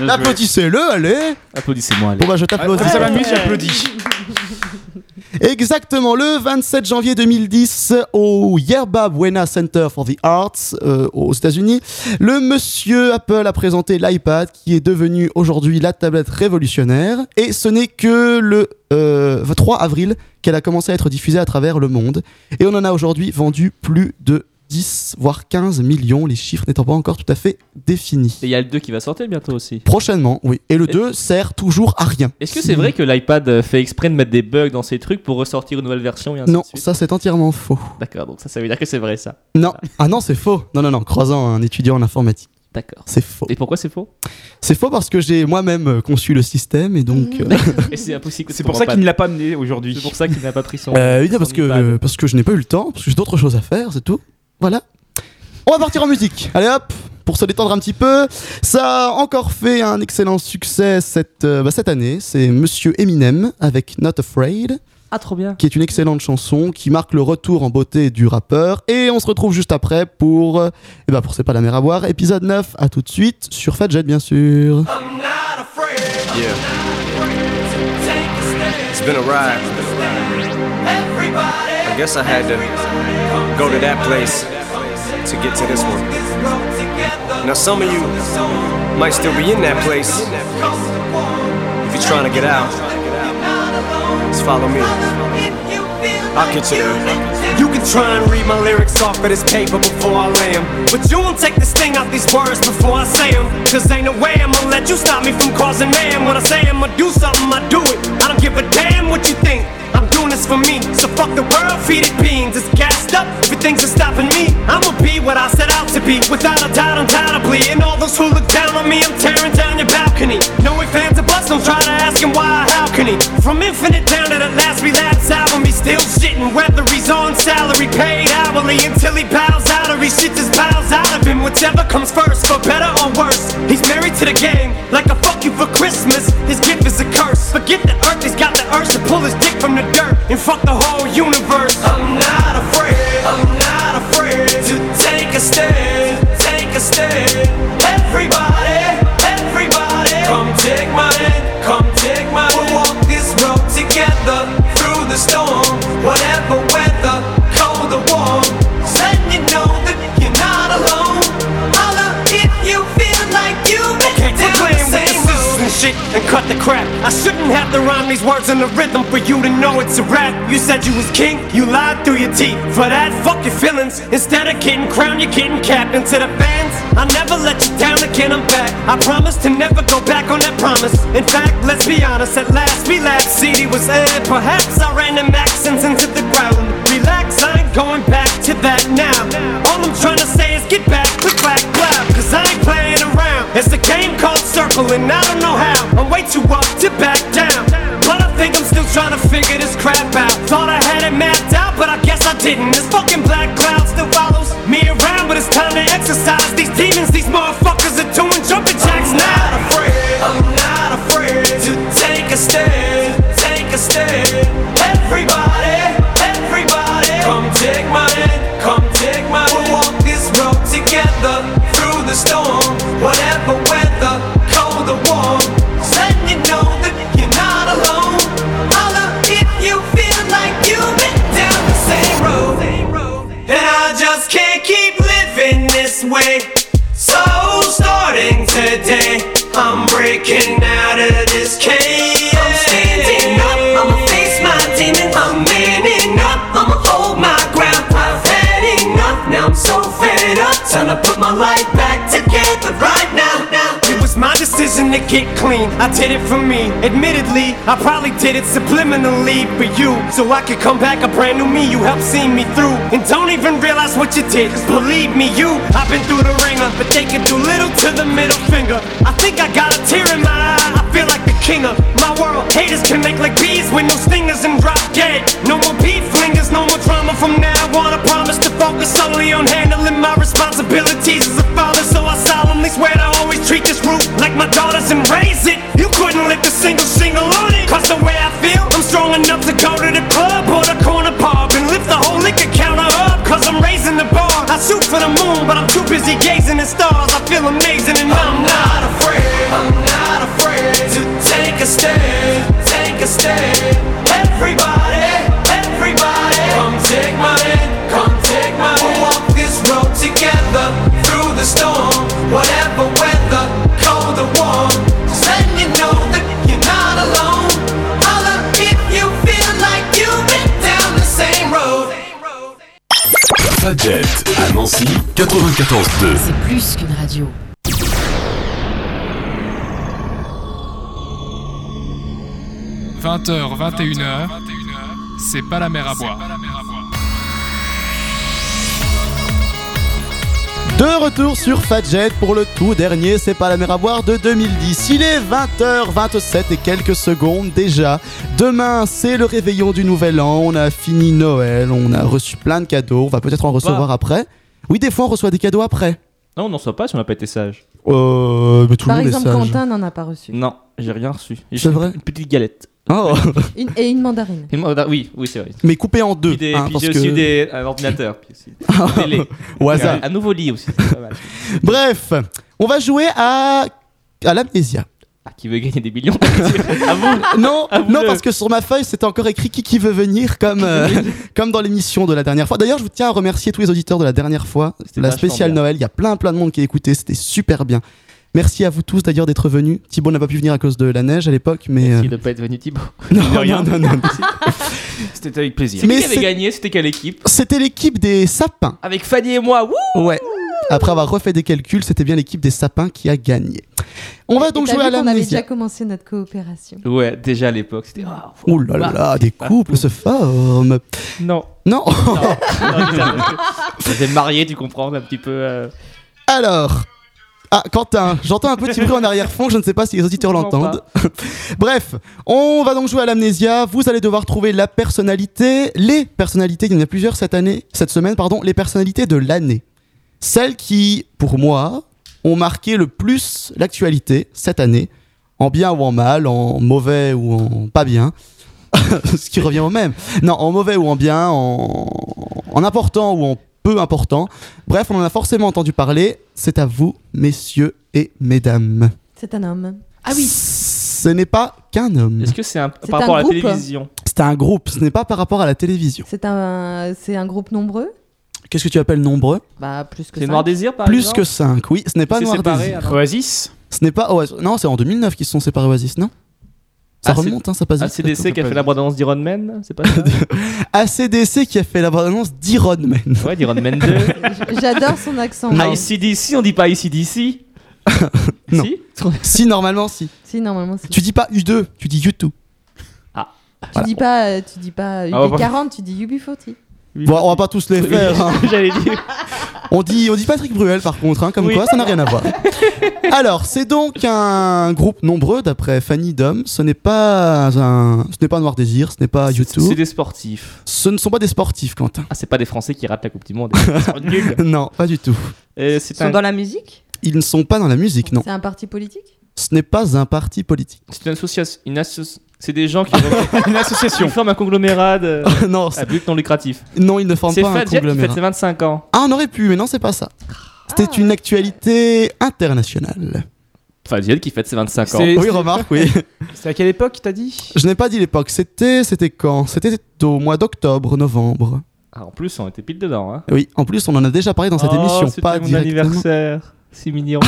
Applaudissez-le, allez Applaudissez-moi, allez. Bon bah je t'applaudis. Ah, Ça m'amuse, j'applaudis. Exactement, le 27 janvier 2010, au Yerba Buena Center for the Arts, euh, aux États-Unis, le monsieur Apple a présenté l'iPad, qui est devenu aujourd'hui la tablette révolutionnaire, et ce n'est que le euh, 3 avril qu'elle a commencé à être diffusée à travers le monde, et on en a aujourd'hui vendu plus de 10, voire 15 millions, les chiffres n'étant pas encore tout à fait définis. Et il y a le 2 qui va sortir bientôt aussi. Prochainement, oui. Et le Et- 2 sert toujours à rien. Est-ce que c'est vrai que l'iPad euh, fait exprès de mettre des bugs dans ses trucs pour ressortir une nouvelle version et ainsi Non, de suite ça c'est entièrement faux. D'accord, donc ça, ça veut dire que c'est vrai ça. Non, ah non, c'est faux. Non, non, non, croisant un étudiant en informatique, D'accord. c'est faux. Et pourquoi c'est (laughs) faux C'est faux parce que j'ai moi-même euh, conçu le système et donc. euh, Et c'est impossible. que C'est tu pour ça comprends qu'il ne pas. l'a pas amené aujourd'hui. C'est pour ça qu'il n'a pas pris son. euh, oui, son parce que, iPad. euh, parce que je n'ai pas eu le temps, parce que j'ai d'autres choses à faire, c'est tout. Voilà. On va partir en musique. Allez hop, pour se détendre un petit peu. Ça a encore fait un excellent succès cette, euh, bah, cette année. C'est Monsieur Eminem avec Not Afraid. Ah, trop bien. qui est une excellente chanson qui marque le retour en beauté du rappeur. Et on se retrouve juste après pour, euh, eh ben pour C'est pas la mer à boire, épisode 9. À tout de suite sur Fadjet, bien sûr. It's been a ride. I guess I had to go to that place to get to this one. Now, some of you might still be in that place. If you're trying to get out, just follow me. I'll get you there. You can try and read my lyrics off of this paper before I lay 'em, But you won't take this thing out these words before I say 'em. Cause ain't no way I'm gonna let you stop me from causing man. When I say I'm gonna do something, I do it. I don't give a damn what you think. I'm doing this for me. So fuck the world, feed it beans. It's gassed up. Everything's just stopping me. I'ma be what I set out to be. Without a doubt, undoubtedly. And all those who look down on me, I'm tearing down your balcony. No ifs, ands, or buts. Don't try to ask him why or how can he. From infinite down to the last relapse album, he's still shitting. Whether he's on salary, paid hourly, until he bows out or he shits his bowels out of him. Whichever comes first, for better or worse. He's married to the game, like a fuck you for Christmas. His gift is a curse. Forget the earth, he's got the urge to pull his dick from the dirt and fuck the whole universe. I'm not afraid, I'm not afraid to take a stand, take a stand. Everybody, everybody, come take my hand, come take my hand. We'll walk this road together through the storm, whatever weather, cold or warm. Let you know that you're not alone. Holla if you feel like you've been down the same road and shit and cut the crap. I shouldn't have to rhyme these words in the rhythm for you to know it's a rap. You said you was king, you lied through your teeth. For that, fuck your feelings. Instead of getting crowned, you're getting capped. And to the fans, I never let you down again, I'm back. I promise to never go back on that promise. In fact, let's be honest, at last we laughed. CD was aired. Perhaps I ran them accents into the ground. Relax, I ain't going back to that now. All I'm trying to say is get back, click, clack, clap. Cause I ain't playing around. It's a game called circling, I don't know how. I'm way get you up to back down. But I think I'm still trying to figure this crap out. Thought I had it mapped out, but I guess I didn't. This fucking black cloud still follows me around, but it's time to exercise these demons. These motherfuckers are doing jumping jacks now. I'm not afraid. I'm not afraid to take a stand. Take a stand. Everybody, everybody, come take my hand. Come take my hand. We'll walk this road together through the storm, whatever weather, cold or warm. Son, you know that you're not alone. Holla if you feel like you've been down the same road. And I just can't keep living this way. So starting today, I'm breaking out of this cage. I'm standing up, I'ma face my demon. I'm manning up, I'ma hold my ground. I've had enough, now I'm so fed up. Time to put my life back together right now. now. It was my decision to get clean. I did it for me. Admittedly, I probably did it subliminally for you. So I could come back a brand new me. You helped see me through. And don't even realize what you did. 'Cause believe me, you, I've been through the ringer. But they can do little to the middle finger. I think I got a tear in my eye. I feel like the king of my world. Haters can make like bees with no stingers and drop dead. No more beef flingers, no more drama from now on. I promise to focus solely on handling my responsibilities as a father. So I solemnly swear to always treat this roof like my daughters and raise it. You couldn't lift a single single on it. Cause the way I feel, I'm strong enough to go to the club or the corner pub and lift the whole liquor counter up. Cause I'm raising the bar. I shoot for the moon, but I'm too busy gazing at stars. I feel amazing and I'm not afraid. I'm not afraid to take a stand. Take a stand. Everybody, everybody, come take my hand. Come take my hand. We'll walk this road together through the storm, whatever weather, cold or warm. Just letting you know that you're not alone. Holla if you feel like you've been down the same road. Fadjet à Nancy 94.2. C'est plus qu'une radio. h 21h, c'est pas la mer à boire. De retour sur Fadjet pour le tout dernier C'est pas la mer à boire de 2010. Il est 20h27 et quelques secondes déjà. Demain, c'est le réveillon du nouvel an. On a fini Noël, on a reçu plein de cadeaux. On va peut-être en recevoir après. Oui, des fois, on reçoit des cadeaux après. Non, on n'en soit pas si on n'a pas été sage. Euh, mais tout Par le monde exemple, est sage. Quentin n'en a pas reçu. Non, j'ai rien reçu. C'est vrai Une petite galette. Oh, (laughs) Une- et une mandarine. Et moi, bah, oui, oui, c'est vrai. mais coupé en deux. Puis des- hein, puis parce j'ai aussi que- des, un ordinateur, puis (laughs) aussi une télé. Au hasard. Un nouveau lit aussi, c'est pas mal. Bref, on va jouer à, à l'amnésia. Ah, qui veut gagner des millions (laughs) À vous Non, Ah, vous non le- parce que sur ma feuille, c'était encore écrit qui qui veut venir comme, euh, (laughs) comme dans l'émission de la dernière fois. D'ailleurs, je vous tiens à remercier tous les auditeurs de la dernière fois. C'était La vachement spéciale bien. Noël, il y a plein plein de monde qui a écouté, c'était super bien. Merci à vous tous d'ailleurs d'être venus. Thibaut n'a pas pu venir à cause de la neige à l'époque, mais... Merci euh, de pas être venu Thibaut. Non, non, non, non. C'était avec plaisir. Mais qui avait c'est- gagné C'était quelle équipe C'était l'équipe des sapins. Avec Fanny et moi, wouh Ouais. Après avoir refait des calculs, c'était bien l'équipe des sapins qui a gagné. On va donc T'as jouer vu à qu'on avait déjà l'amnésia. commencé notre coopération. (laughs) Ouais, déjà à l'époque, c'était. Ah, faut- Oh là Bah. là, des couples se forment. Non. Non. (laughs) J'étais marié, tu comprends, un petit peu. euh, Alors. Ah, Quentin, j'entends un petit bruit en arrière-fond, je ne sais pas si les auditeurs Sûrement l'entendent. (laughs) Bref, on va donc jouer à l'amnésia. Vous allez devoir trouver la personnalité, les personnalités, il y en a plusieurs cette année, cette semaine, pardon, les personnalités de l'année. Celles qui, pour moi, ont marqué le plus l'actualité cette année, en bien ou en mal, en mauvais ou en pas bien. (laughs) Ce qui revient au même. Non, en mauvais ou en bien, en, en important ou en peu important. Bref, on en a forcément entendu parler. C'est à vous, messieurs et mesdames. C'est un homme. Ah oui Ce n'est pas qu'un homme. Est-ce que c'est un... C'est par un rapport à la groupe télévision C'est un groupe, ce n'est pas par rapport à la télévision. C'est un, c'est un groupe nombreux Qu'est-ce que tu appelles nombreux Bah, plus que C'est ça. Noir Désir par Plus exemple que 5, oui. Ce n'est pas C'est Noir séparé, hein. Désir. alors Oasis Ce n'est pas Oasis. Non, c'est en 2009 qu'ils se sont séparés Oasis, non Ça Ah, c'est- remonte, hein, ça passe vite. ACDC qui a fait la bande-annonce d'Iron Man, c'est pas ça ACDC qui a fait la bande-annonce d'Iron Man. Ouais, d'Iron Man 2. J- (laughs) J'adore son accent. Non. ICDC, on dit pas ICDC Non. Si si, normalement, si. Hein. Si, normalement, c'est- Tu dis pas U2, tu dis U2. Tu dis pas, euh, tu dis pas Ah, bah, UB40, tu dis UB40. Bon, on va pas tous les faire. hein. (laughs) J'allais dire. On dit, on dit Patrick Bruel par contre, hein, comme Oui. quoi ça n'a rien à (laughs) voir. Alors, c'est donc un groupe nombreux d'après Fanny Dom. Ce n'est pas un, ce n'est pas Noir Désir, ce n'est pas Ah, C'est YouTube. des sportifs. Ce ne sont pas des sportifs, Quentin. (laughs) Ah, c'est pas des Français qui ratent la Coupe du Monde. Ils sont nuls. Non, pas du tout. Euh, C'est Ils sont un- dans la musique Ils ne sont pas dans la musique, non. C'est un parti politique Ce n'est pas un parti politique. (laughs) c'est une association. Une asso- C'est des gens qui forment Une association. un conglomérat de- non, c'est- à but non lucratif. non, ils ne forment Ah. C'est pas un Fadjet qui fête conglomérat. ses 25 ans. Ah, on aurait pu, mais non, c'est pas ça. C'était une actualité internationale. Fadjet qui fête ses 25 ans. C'est Oui, remarque, (laughs) oui. c'est à quelle époque, t'as dit Je n'ai pas dit l'époque. C'était, c'était quand C'était au mois d'octobre, novembre. Ah, en plus, on était pile dedans. Hein. Oui, en plus, on en a déjà parlé dans cette Oh, émission. c'était Pas mon directement. anniversaire. (laughs) C'est mignon.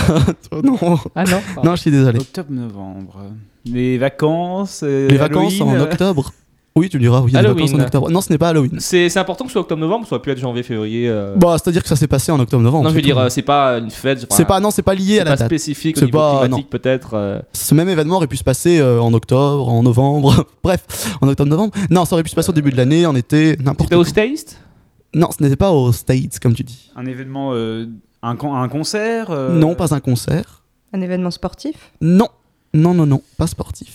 Oh, non. Ah non. pardon. non, je suis désolé. Octobre, novembre. Les vacances. euh, Les vacances en Halloween, euh, octobre. Oui, tu me diras, oui, les Halloween. vacances en octobre. Non, ce n'est pas Halloween. C'est c'est important que ce soit octobre-novembre, ça aurait pu être janvier-février. euh. Bah, c'est-à-dire que ça s'est passé en octobre-novembre. non, je veux c'est dire, tout. euh, c'est pas une fête. C'est pas, non, c'est pas lié c'est à la pas date. spécifique au C'est niveau pas- climatique, peut-être. euh. Ce même événement aurait pu se passer euh, en octobre, en novembre, (laughs) bref, en octobre-novembre. Non, ça aurait pu se passer au début de l'année, en été, n'importe C'était où. au Staist Non, ce n'était pas aux States, comme tu dis. Un événement. euh, un, con- un concert euh, Non, pas un concert. Un événement sportif Non, non, non, non, pas sportif.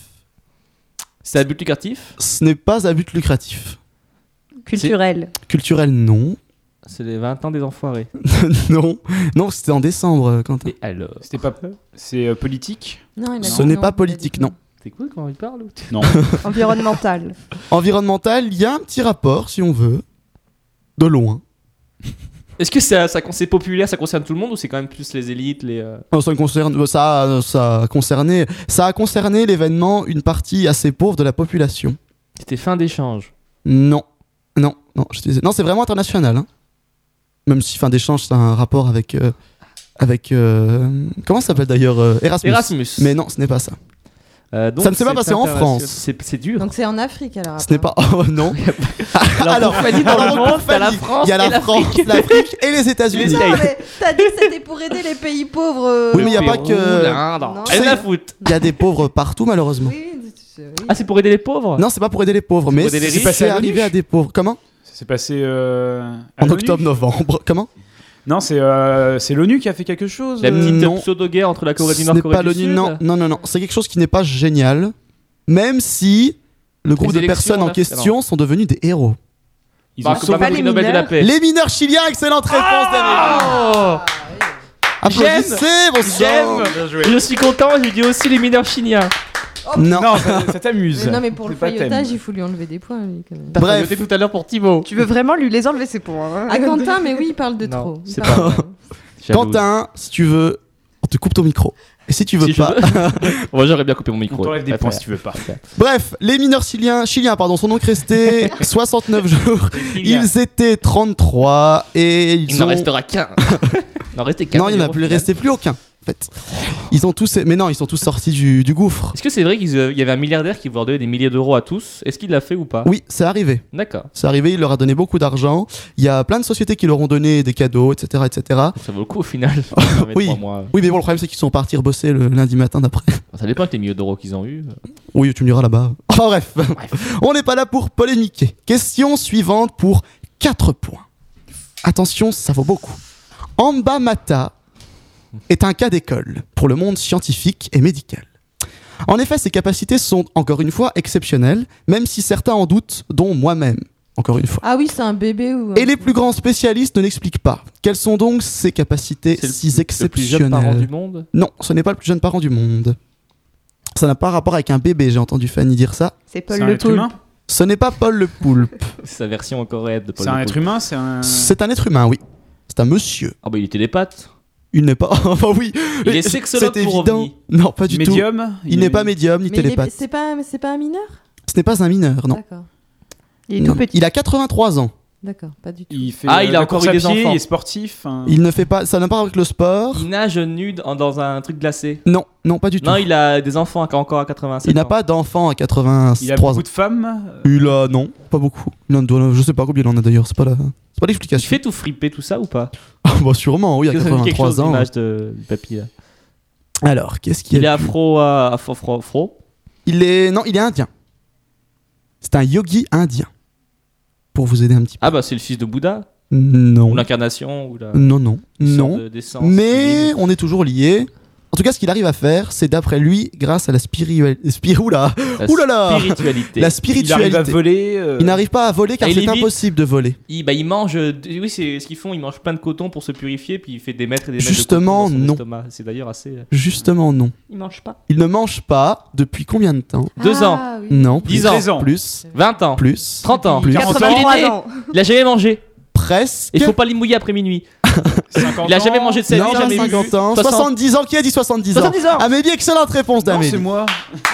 C'est à but lucratif Ce n'est pas à but lucratif. Culturel Culturel, non. (laughs) C'est les 20 ans des enfoirés. non, non, c'était en décembre, euh, Quentin. Et alors C'était pas. C'est euh, politique Non, il a Ce dit n'est non, pas il a dit politique, non. C'est cool quand il parle ou tu- Non. Environnemental. Environnemental, il y a un petit rapport, si on veut. De loin. Est-ce que ça, ça, c'est populaire, ça concerne tout le monde ou c'est quand même plus les élites, les. euh, Non, Ça, concerne, ça, a- ça, a concerné, ça a concerné l'événement une partie assez pauvre de la population. C'était fin d'échange. Non, non, non, je te disais. Non, c'est vraiment international. hein. Même si fin d'échange, ça a un rapport avec. euh, avec euh, comment ça s'appelle d'ailleurs euh, Erasmus. Erasmus. Mais non, ce n'est pas ça. Euh, donc Ça ne s'est pas c'est passé en international. France. C'est c'est dur. Donc c'est en Afrique alors. Ce n'est apparemment. pas. Oh non Ah, (laughs) (laughs) Alors, Alors, pour Fanny, dans alors, le pour monde, t'as la Fanny, France Il y a et la l'Afrique. France, l'Afrique et les (laughs) États-Unis. Non, mais t'as dit que c'était pour aider les pays pauvres. euh, Oui, mais il y a Le pas Pérou, que- l'Inde. Non. Elle la foot. Il y a des pauvres partout, malheureusement. Oui, oui. Ah, c'est pour aider les pauvres Non, c'est pas pour aider les pauvres, mais aider les c'est riches. c'est arrivé à des pauvres. Comment Ça s'est passé. euh, à En l'ONU octobre-novembre. (laughs) Comment Non, c'est euh, c'est l'ONU qui a fait quelque chose. La euh, petite non. pseudo-guerre entre la Corée du Ce Nord n'est et Corée pas du l'ONU, Sud non, non, non, non. C'est quelque chose qui n'est pas génial, même si le groupe Les de élections, personnes en là, question sont devenus des héros. Ils ont Bah, comme sauvé- le prix les Nobel de la mineurs. paix. Les mineurs chiliens, excellente réponse, Oh, Ah David Applaudissez, bon sang J'aime Je suis content, j'ai dit aussi les mineurs chiniens. Non, Non, ça, ça t'amuse. Mais non, mais pour C'est le pas thème. faillotage, il faut lui enlever des points, lui, quand même. bref, tout à l'heure pour Thibaut. Tu veux vraiment lui les enlever ces points hein Ah, À Quentin, mais oui, il parle de Non, trop. Il c'est parle pas de trop. (laughs) Quentin, si tu veux, on te coupe ton micro. Et si tu veux Si je pas... veux. (laughs) Moi j'aurais bien coupé mon On micro. t'enlève des Après. points si tu veux pas. Bref, les mineurs chiliens, chiliens pardon, sont donc (laughs) restés 69 jours. Ils étaient 33 et ils Il n'en ont... restera qu'un. il n'en restait qu'un. Non, il n'y en a au plus, il final. restait plus aucun. En fait, ils ont tous, mais non, ils sont tous sortis du, du gouffre. Est-ce que c'est vrai qu'il y avait un milliardaire qui voulait leur donner des milliers d'euros à tous Est-ce qu'il l'a fait ou pas Oui, c'est arrivé. D'accord. C'est arrivé. Il leur a donné beaucoup d'argent. Il y a plein de sociétés qui leur ont donné des cadeaux, etc., etc. Ça vaut le coup au final. (laughs) Oui. oui. Mois. Oui, mais bon, le problème c'est qu'ils sont partis bosser le lundi matin d'après. Ça dépend des milliers d'euros qu'ils ont eu. Oui, tu me diras là-bas. Enfin bref, on n'est pas là pour polémiquer. Question suivante pour 4 points. Attention, ça vaut beaucoup. Amba Mata est un cas d'école pour le monde scientifique et médical. En effet, ses capacités sont, encore une fois, exceptionnelles, même si certains en doutent, dont moi-même, encore une fois. (laughs) Ah oui, c'est un bébé ou. un- Et les plus grands spécialistes ne l'expliquent pas. Quelles sont donc ses capacités C'est le- si Le plus jeune parent du exceptionnelles monde. Non, ce n'est pas le plus jeune parent du monde. Ça n'a pas rapport avec un bébé, j'ai entendu Fanny dire ça. C'est Paul C'est un Le être Poulpe. humain Ce n'est pas Paul le poulpe. C'est sa version coréenne de Paul C'est un Le être Poulpe. humain, c'est Ah. un. C'est un être humain, oui. C'est un monsieur. Ah bah il était des pattes. Il n'est pas. (laughs) enfin oui. Il est c'est- sexologue c'est pour évident. ovni. Non, pas du tout. médium. Il n'est pas médium ni Mais il est- télépathe. c'est pas, c'est pas un mineur Ce n'est pas un mineur, non. D'accord, Ah, Il est tout Non. petit. Il a 83 ans. d'accord, pas du tout. Il fait Ah, euh, il a de la encore course eu à des pied, enfants. Il est sportif. Ah. hein. Il ne fait pas. Ça n'a pas avec le sport. Il nage nude en- dans un truc glacé. Non, non, pas du tout. Non, il a des enfants qui ont encore à 87 Il n'a ans. pas d'enfant à Il a 83 beaucoup ans. de femmes. Il a non, pas beaucoup. Il en doit- je sais pas combien il en a d'ailleurs. C'est pas la. C'est pas Il l'explication. fait tout friper tout ça ou pas Ah, bah sûrement, oui, à Parce que ça me dit quelque 83 chose, ans. l'image de du papy, là. Alors, qu'est-ce qu'il Il y est a afro, euh, afro, afro, afro. Il est non, il est indien. C'est un yogi indien. Pour vous aider un petit peu. Ah bah c'est le fils de Bouddha. Non. Ou l'incarnation ou la... Non, non, une sorte non. de- d'essence Mais divine. on est toujours liés. En tout cas, ce qu'il arrive à faire, c'est d'après lui, grâce à la spiritualité. Oula (laughs) La Oula là spiritualité. La Il arrive à spiritualité. voler. euh, Il n'arrive pas à voler car Et c'est limite- impossible de voler. Il, bah, il mange, euh, d- oui, c'est ce qu'ils font, ils mangent plein de coton pour se purifier, puis il fait des mètres et des mètres Justement, de coton dans son non. estomac. C'est d'ailleurs assez. euh, Justement, non. Il mange pas. Il ne mange pas depuis combien de temps Deux ans, Ah oui. Non. plus, 10 ans, ans. Plus. 20 ans, Plus. 30 ans, Plus. 40 ans. Il, est né, ans. il a jamais mangé. Presque. Il faut pas les mouiller après minuit. 50 Il a ans. jamais mangé de sa vie, non, jamais 50 bu. ans. 70 ans. Qui a dit 70 ans 70 ans. Amélie, excellente réponse Non, c'est d'Amélie. moi.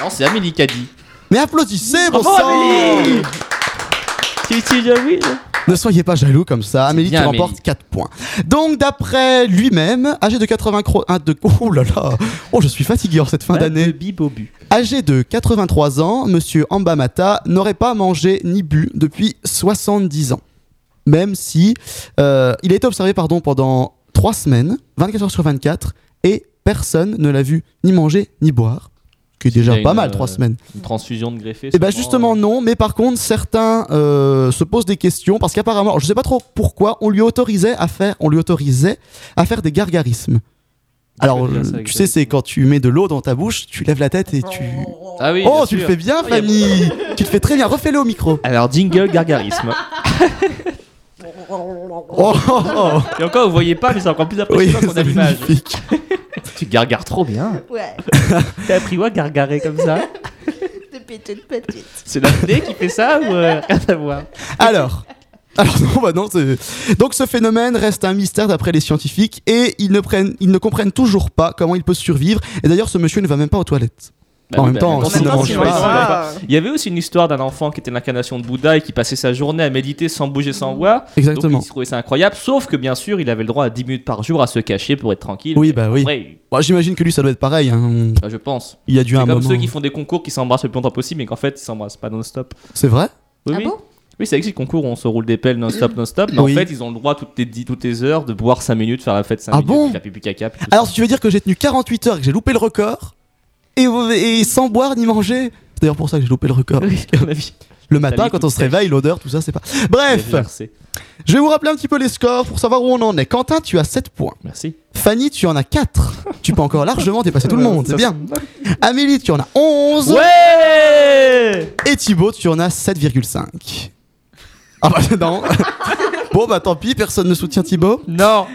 Non, c'est Amélie qui a dit. Mais applaudissez, bon Bravo, sang Amélie Ah, Tu tu- tu- oui. Ne soyez pas jaloux comme ça. Amélie, bien, tu remportes Amélie. 4 points. Donc, d'après lui-même, âgé de 80 cro- ah, de... (laughs) Oh là là Oh, je suis fatigué en cette Bah, fin d'année. bibobu. Âgé de 83 ans, monsieur Ambamata n'aurait pas mangé ni bu depuis 70 ans. Même si euh, il a été observé pardon, pendant 3 semaines, 24 heures sur 24, et personne ne l'a vu ni manger ni boire. Ce qui est déjà Il y a pas une, mal, euh, 3 semaines. Une transfusion de greffé. Et bah justement non, mais par contre certains euh, se posent des questions parce qu'apparemment, alors, je sais pas trop pourquoi, on lui autorisait à faire, on lui autorisait à faire des gargarismes. Alors veut dire euh, ça je- tu sais, exactement c'est quand tu mets de l'eau dans ta bouche, tu lèves la tête et tu. Ah oui. oh, bien tu le sûr. fais bien, Oui, y a- Fanny. tu le fais très bien. Refais-le au (laughs) micro. Alors, jingle (laughs) gargarisme. Oh, oh, oh. Et encore, vous voyez pas, mais c'est encore plus oui, (laughs) impressionnant qu'on c'est a l'image. magnifique. Tu gargares trop bien. Ouais, T'as appris quoi, gargarer comme ça (laughs) de petite petite. C'est la télé qui fait ça ou euh, rien à voir Alors. Alors non, bah non, c'est- donc ce phénomène reste un mystère d'après les scientifiques et ils ne, prennent, ils ne comprennent toujours pas comment il peut survivre. Et d'ailleurs, ce monsieur ne va même pas aux toilettes. En même temps, maintenant, s'il c'est ne pas- mange c'est pas- pas- Ah. Il y avait aussi une histoire d'un enfant qui était l'incarnation de Bouddha et qui passait sa journée à méditer sans bouger, sans boire. Exactement. Donc il trouvait ça incroyable, sauf que bien sûr, il avait le droit à 10 minutes par jour à se cacher pour être tranquille. Oui, bah oui. Ouais, Bon, J'imagine que lui, ça doit être pareil. hein. bah, je pense. Il y a dû C'est un comme moment. ceux qui font des concours qui s'embrassent le plus longtemps possible, mais qu'en fait, ils s'embrassent pas non-stop. C'est vrai Oui, Ah oui. bon oui, c'est existe, les concours où on se roule des (clears throat) pelles non-stop, non-stop, mais Oui. en fait, ils ont le droit toutes les, dix- toutes les heures de boire 5 minutes, faire la fête 5 Ah minutes, bon puis la pipi caca. puis tout Alors, ça. (laughs) tu veux dire que j'ai tenu 48 heures et que j'ai loupé le record et, et sans boire ni manger C'est d'ailleurs pour ça que j'ai loupé le record. Oui, à mon avis. (laughs) Le matin, mis quand tout on se sec. réveille, l'odeur, tout ça, c'est pas. Bref, Merci. je vais vous rappeler un petit peu les scores pour savoir où on en est. Quentin, tu as 7 points. Merci. Fanny, tu en as 4. tu peux encore largement dépasser tout le monde, c'est bien. Amélie, tu en as 11. Ouais Et Thibaut, tu en as 7,5. Ah bah (laughs) non Bon bah tant pis, personne ne soutient Thibaut. Non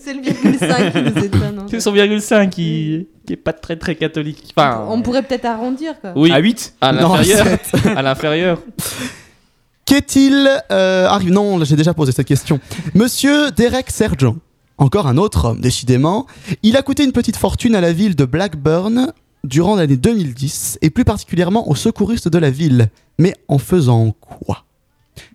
C'est le virgule 5 qui nous étonne. hein. C'est son virgule 5 qui, qui est pas très très catholique. Enfin, On pourrait peut-être arrondir quoi. oui. À 8 À Non, l'inférieur. (laughs) À l'inférieur. Qu'est-il euh, arrive Non, là, j'ai déjà posé cette question. Monsieur Derek Sergent, encore un autre homme, décidément. Il a coûté une petite fortune à la ville de Blackburn durant l'année 2010 et plus particulièrement aux secouristes de la ville. Mais en faisant quoi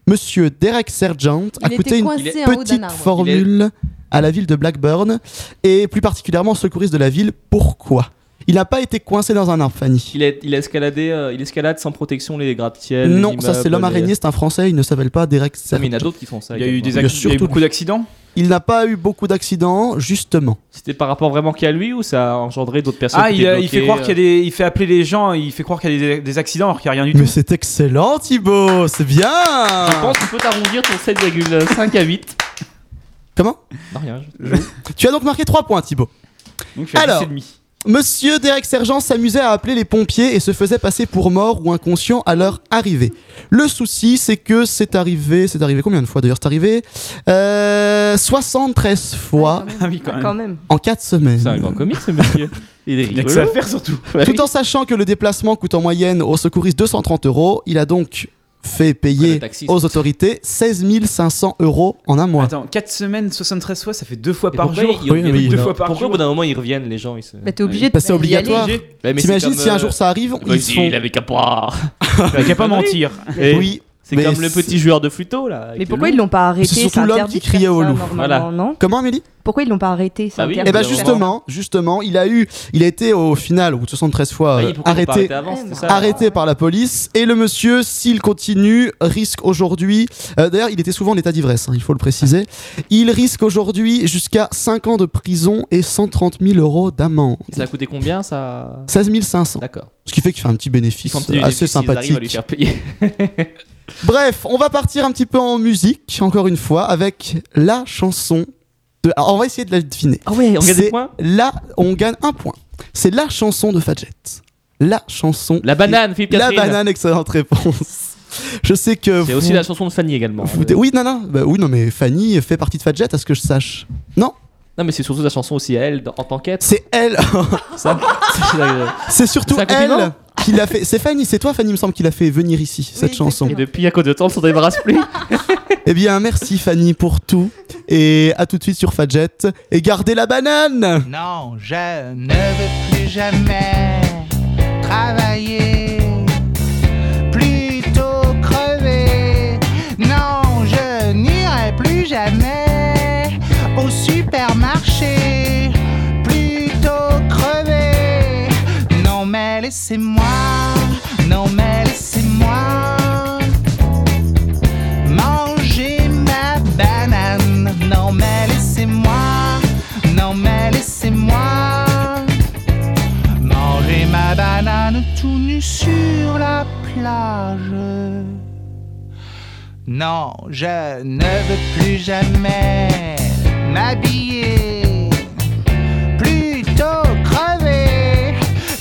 Monsieur Derek Sergent a Il coûté était une coincé en haut d'un petite arbre. formule à la ville de Blackburn et plus particulièrement aux secouristes de la ville. Pourquoi Il n'a pas été coincé dans un arbre, Fanny. Il, est, il, a escaladé, euh, il escalade sans protection les gratte-ciels. les Non, ça immeubles, c'est l'homme les- araignée, c'est un français, il ne s'appelle pas Derek Ah, mais il y en Sergent. a d'autres qui font ça. Il y a eu des Il y a acc- il y a eu surtout- beaucoup d'accidents. Il n'a pas eu beaucoup d'accidents, justement. C'était par rapport vraiment qu'à lui ou ça a engendré d'autres personnes Ah, qui il, étaient a- il fait bloquées, croire qu'il y a euh, des. Il fait appeler les gens, il fait croire qu'il y a des, des accidents alors qu'il n'y a rien du tout. Mais c'est excellent, Thibaut, c'est bien Je Ah. pense qu'il faut arrondir ton (laughs) 7,5 à 8. Comment Non, rien. je- Tu as donc marqué 3 points, Thibaut. Donc, je suis à Alors. 10,5. Monsieur Derek Sergent s'amusait à appeler les pompiers et se faisait passer pour mort ou inconscient à leur arrivée. Le souci, c'est que c'est arrivé, c'est arrivé combien de fois d'ailleurs C'est arrivé euh, 73 fois Ah oui, quand même. Quand même. en 4 C'est un semaines. grand comique ce monsieur. Il est Il y a rigolo. que ça à faire surtout. Bah oui. Tout en sachant que le déplacement coûte en moyenne aux secouristes 230 euros, il a donc fait payer le taxi, aux autorités 16 500 euros en un mois. Attends, 4 semaines, 73 fois, ça fait 2 fois Et par pourquoi jour. ils- ils Oui, reviennent oui, deux non. fois par Pourquoi jour au au bout bout d'un moment ils reviennent les gens ils se... Bah t'es obligé de. Bah, c'est d'y aller. obligatoire. T'imagines si euh, un jour ça arrive, ils se font- il avait qu'à pas. (laughs) Il a pas mentir. Et Oui, C'est mais comme le c'est- petit joueur de flûteau là. avec Mais le pourquoi loup. ils l'ont pas arrêté C'est surtout l'homme interdit qui de faire criait au ça, loup. normalement, non Comment Amélie Pourquoi ils l'ont pas arrêté C'est Ah oui, interdit. Eh ben justement, Évidemment. justement, il a eu, il a été au final ou 73 fois Ah euh, oui, pourquoi ils l'ont pas arrêté, avant, c'était ça. arrêté par la police et le monsieur, s'il continue, risque aujourd'hui. euh, D'ailleurs, il était souvent en état d'ivresse, hein, il faut le préciser. Il risque aujourd'hui jusqu'à 5 ans de prison et 130 000 euros d'amende. Ça a coûté combien ça 16 500, D'accord. ce qui fait qu'il fait un petit bénéfice Ils sont petits, assez ils arrivent à lui sympathique. faire payer. Bref, on va partir un petit peu en musique, encore une fois, avec la chanson de. Alors, on va essayer de la deviner. Ah ouais, on gagne des points Là, on gagne un point. C'est la chanson de Fadjet. La chanson. La banane, Philippe La Catherine. banane, excellente réponse. Je sais que. C'est aussi la chanson de Fanny également. Vous- Oui, non, non, bah oui, non, mais Fanny fait partie de Fadjet, à ce que je sache. Non Non, mais c'est surtout la chanson aussi à elle dans- en tant qu'être. C'est elle (laughs) Ça, euh, C'est surtout C'est un compliment elle qui l'a fait. C'est Fanny, c'est toi, Fanny, il me semble, qui l'a fait venir ici, cette chanson. Et depuis, à cause de temps, on s'en débarrasse (laughs) plus. Eh bien, merci Fanny pour tout. Et à tout de suite sur Fadjet. Et gardez la banane Non, je ne veux plus jamais travailler, plutôt crever. Non, je n'irai plus jamais au supermarché, plutôt crever. Non, mais laissez-moi, non, mais laissez-moi manger ma banane. Non, mais laissez-moi, non, mais laissez-moi manger ma banane tout nu sur la plage. Non, je ne veux plus jamais m'habiller. Plutôt crever,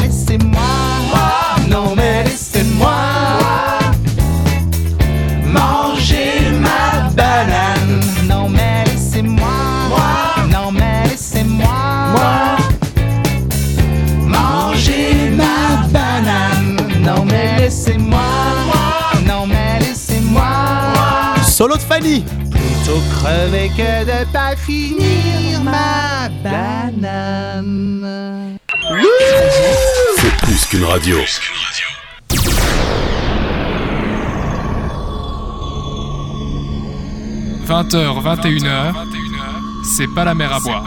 laissez-moi, non mais laissez-moi manger ma banane. Non mais laissez-moi, non mais laissez-moi manger ma banane. Non mais laissez-moi, non mais laissez-moi. Solo de Fanny Plutôt crever que de pas finir ma banane. C'est plus qu'une radio. h 21h, c'est pas la mer à boire.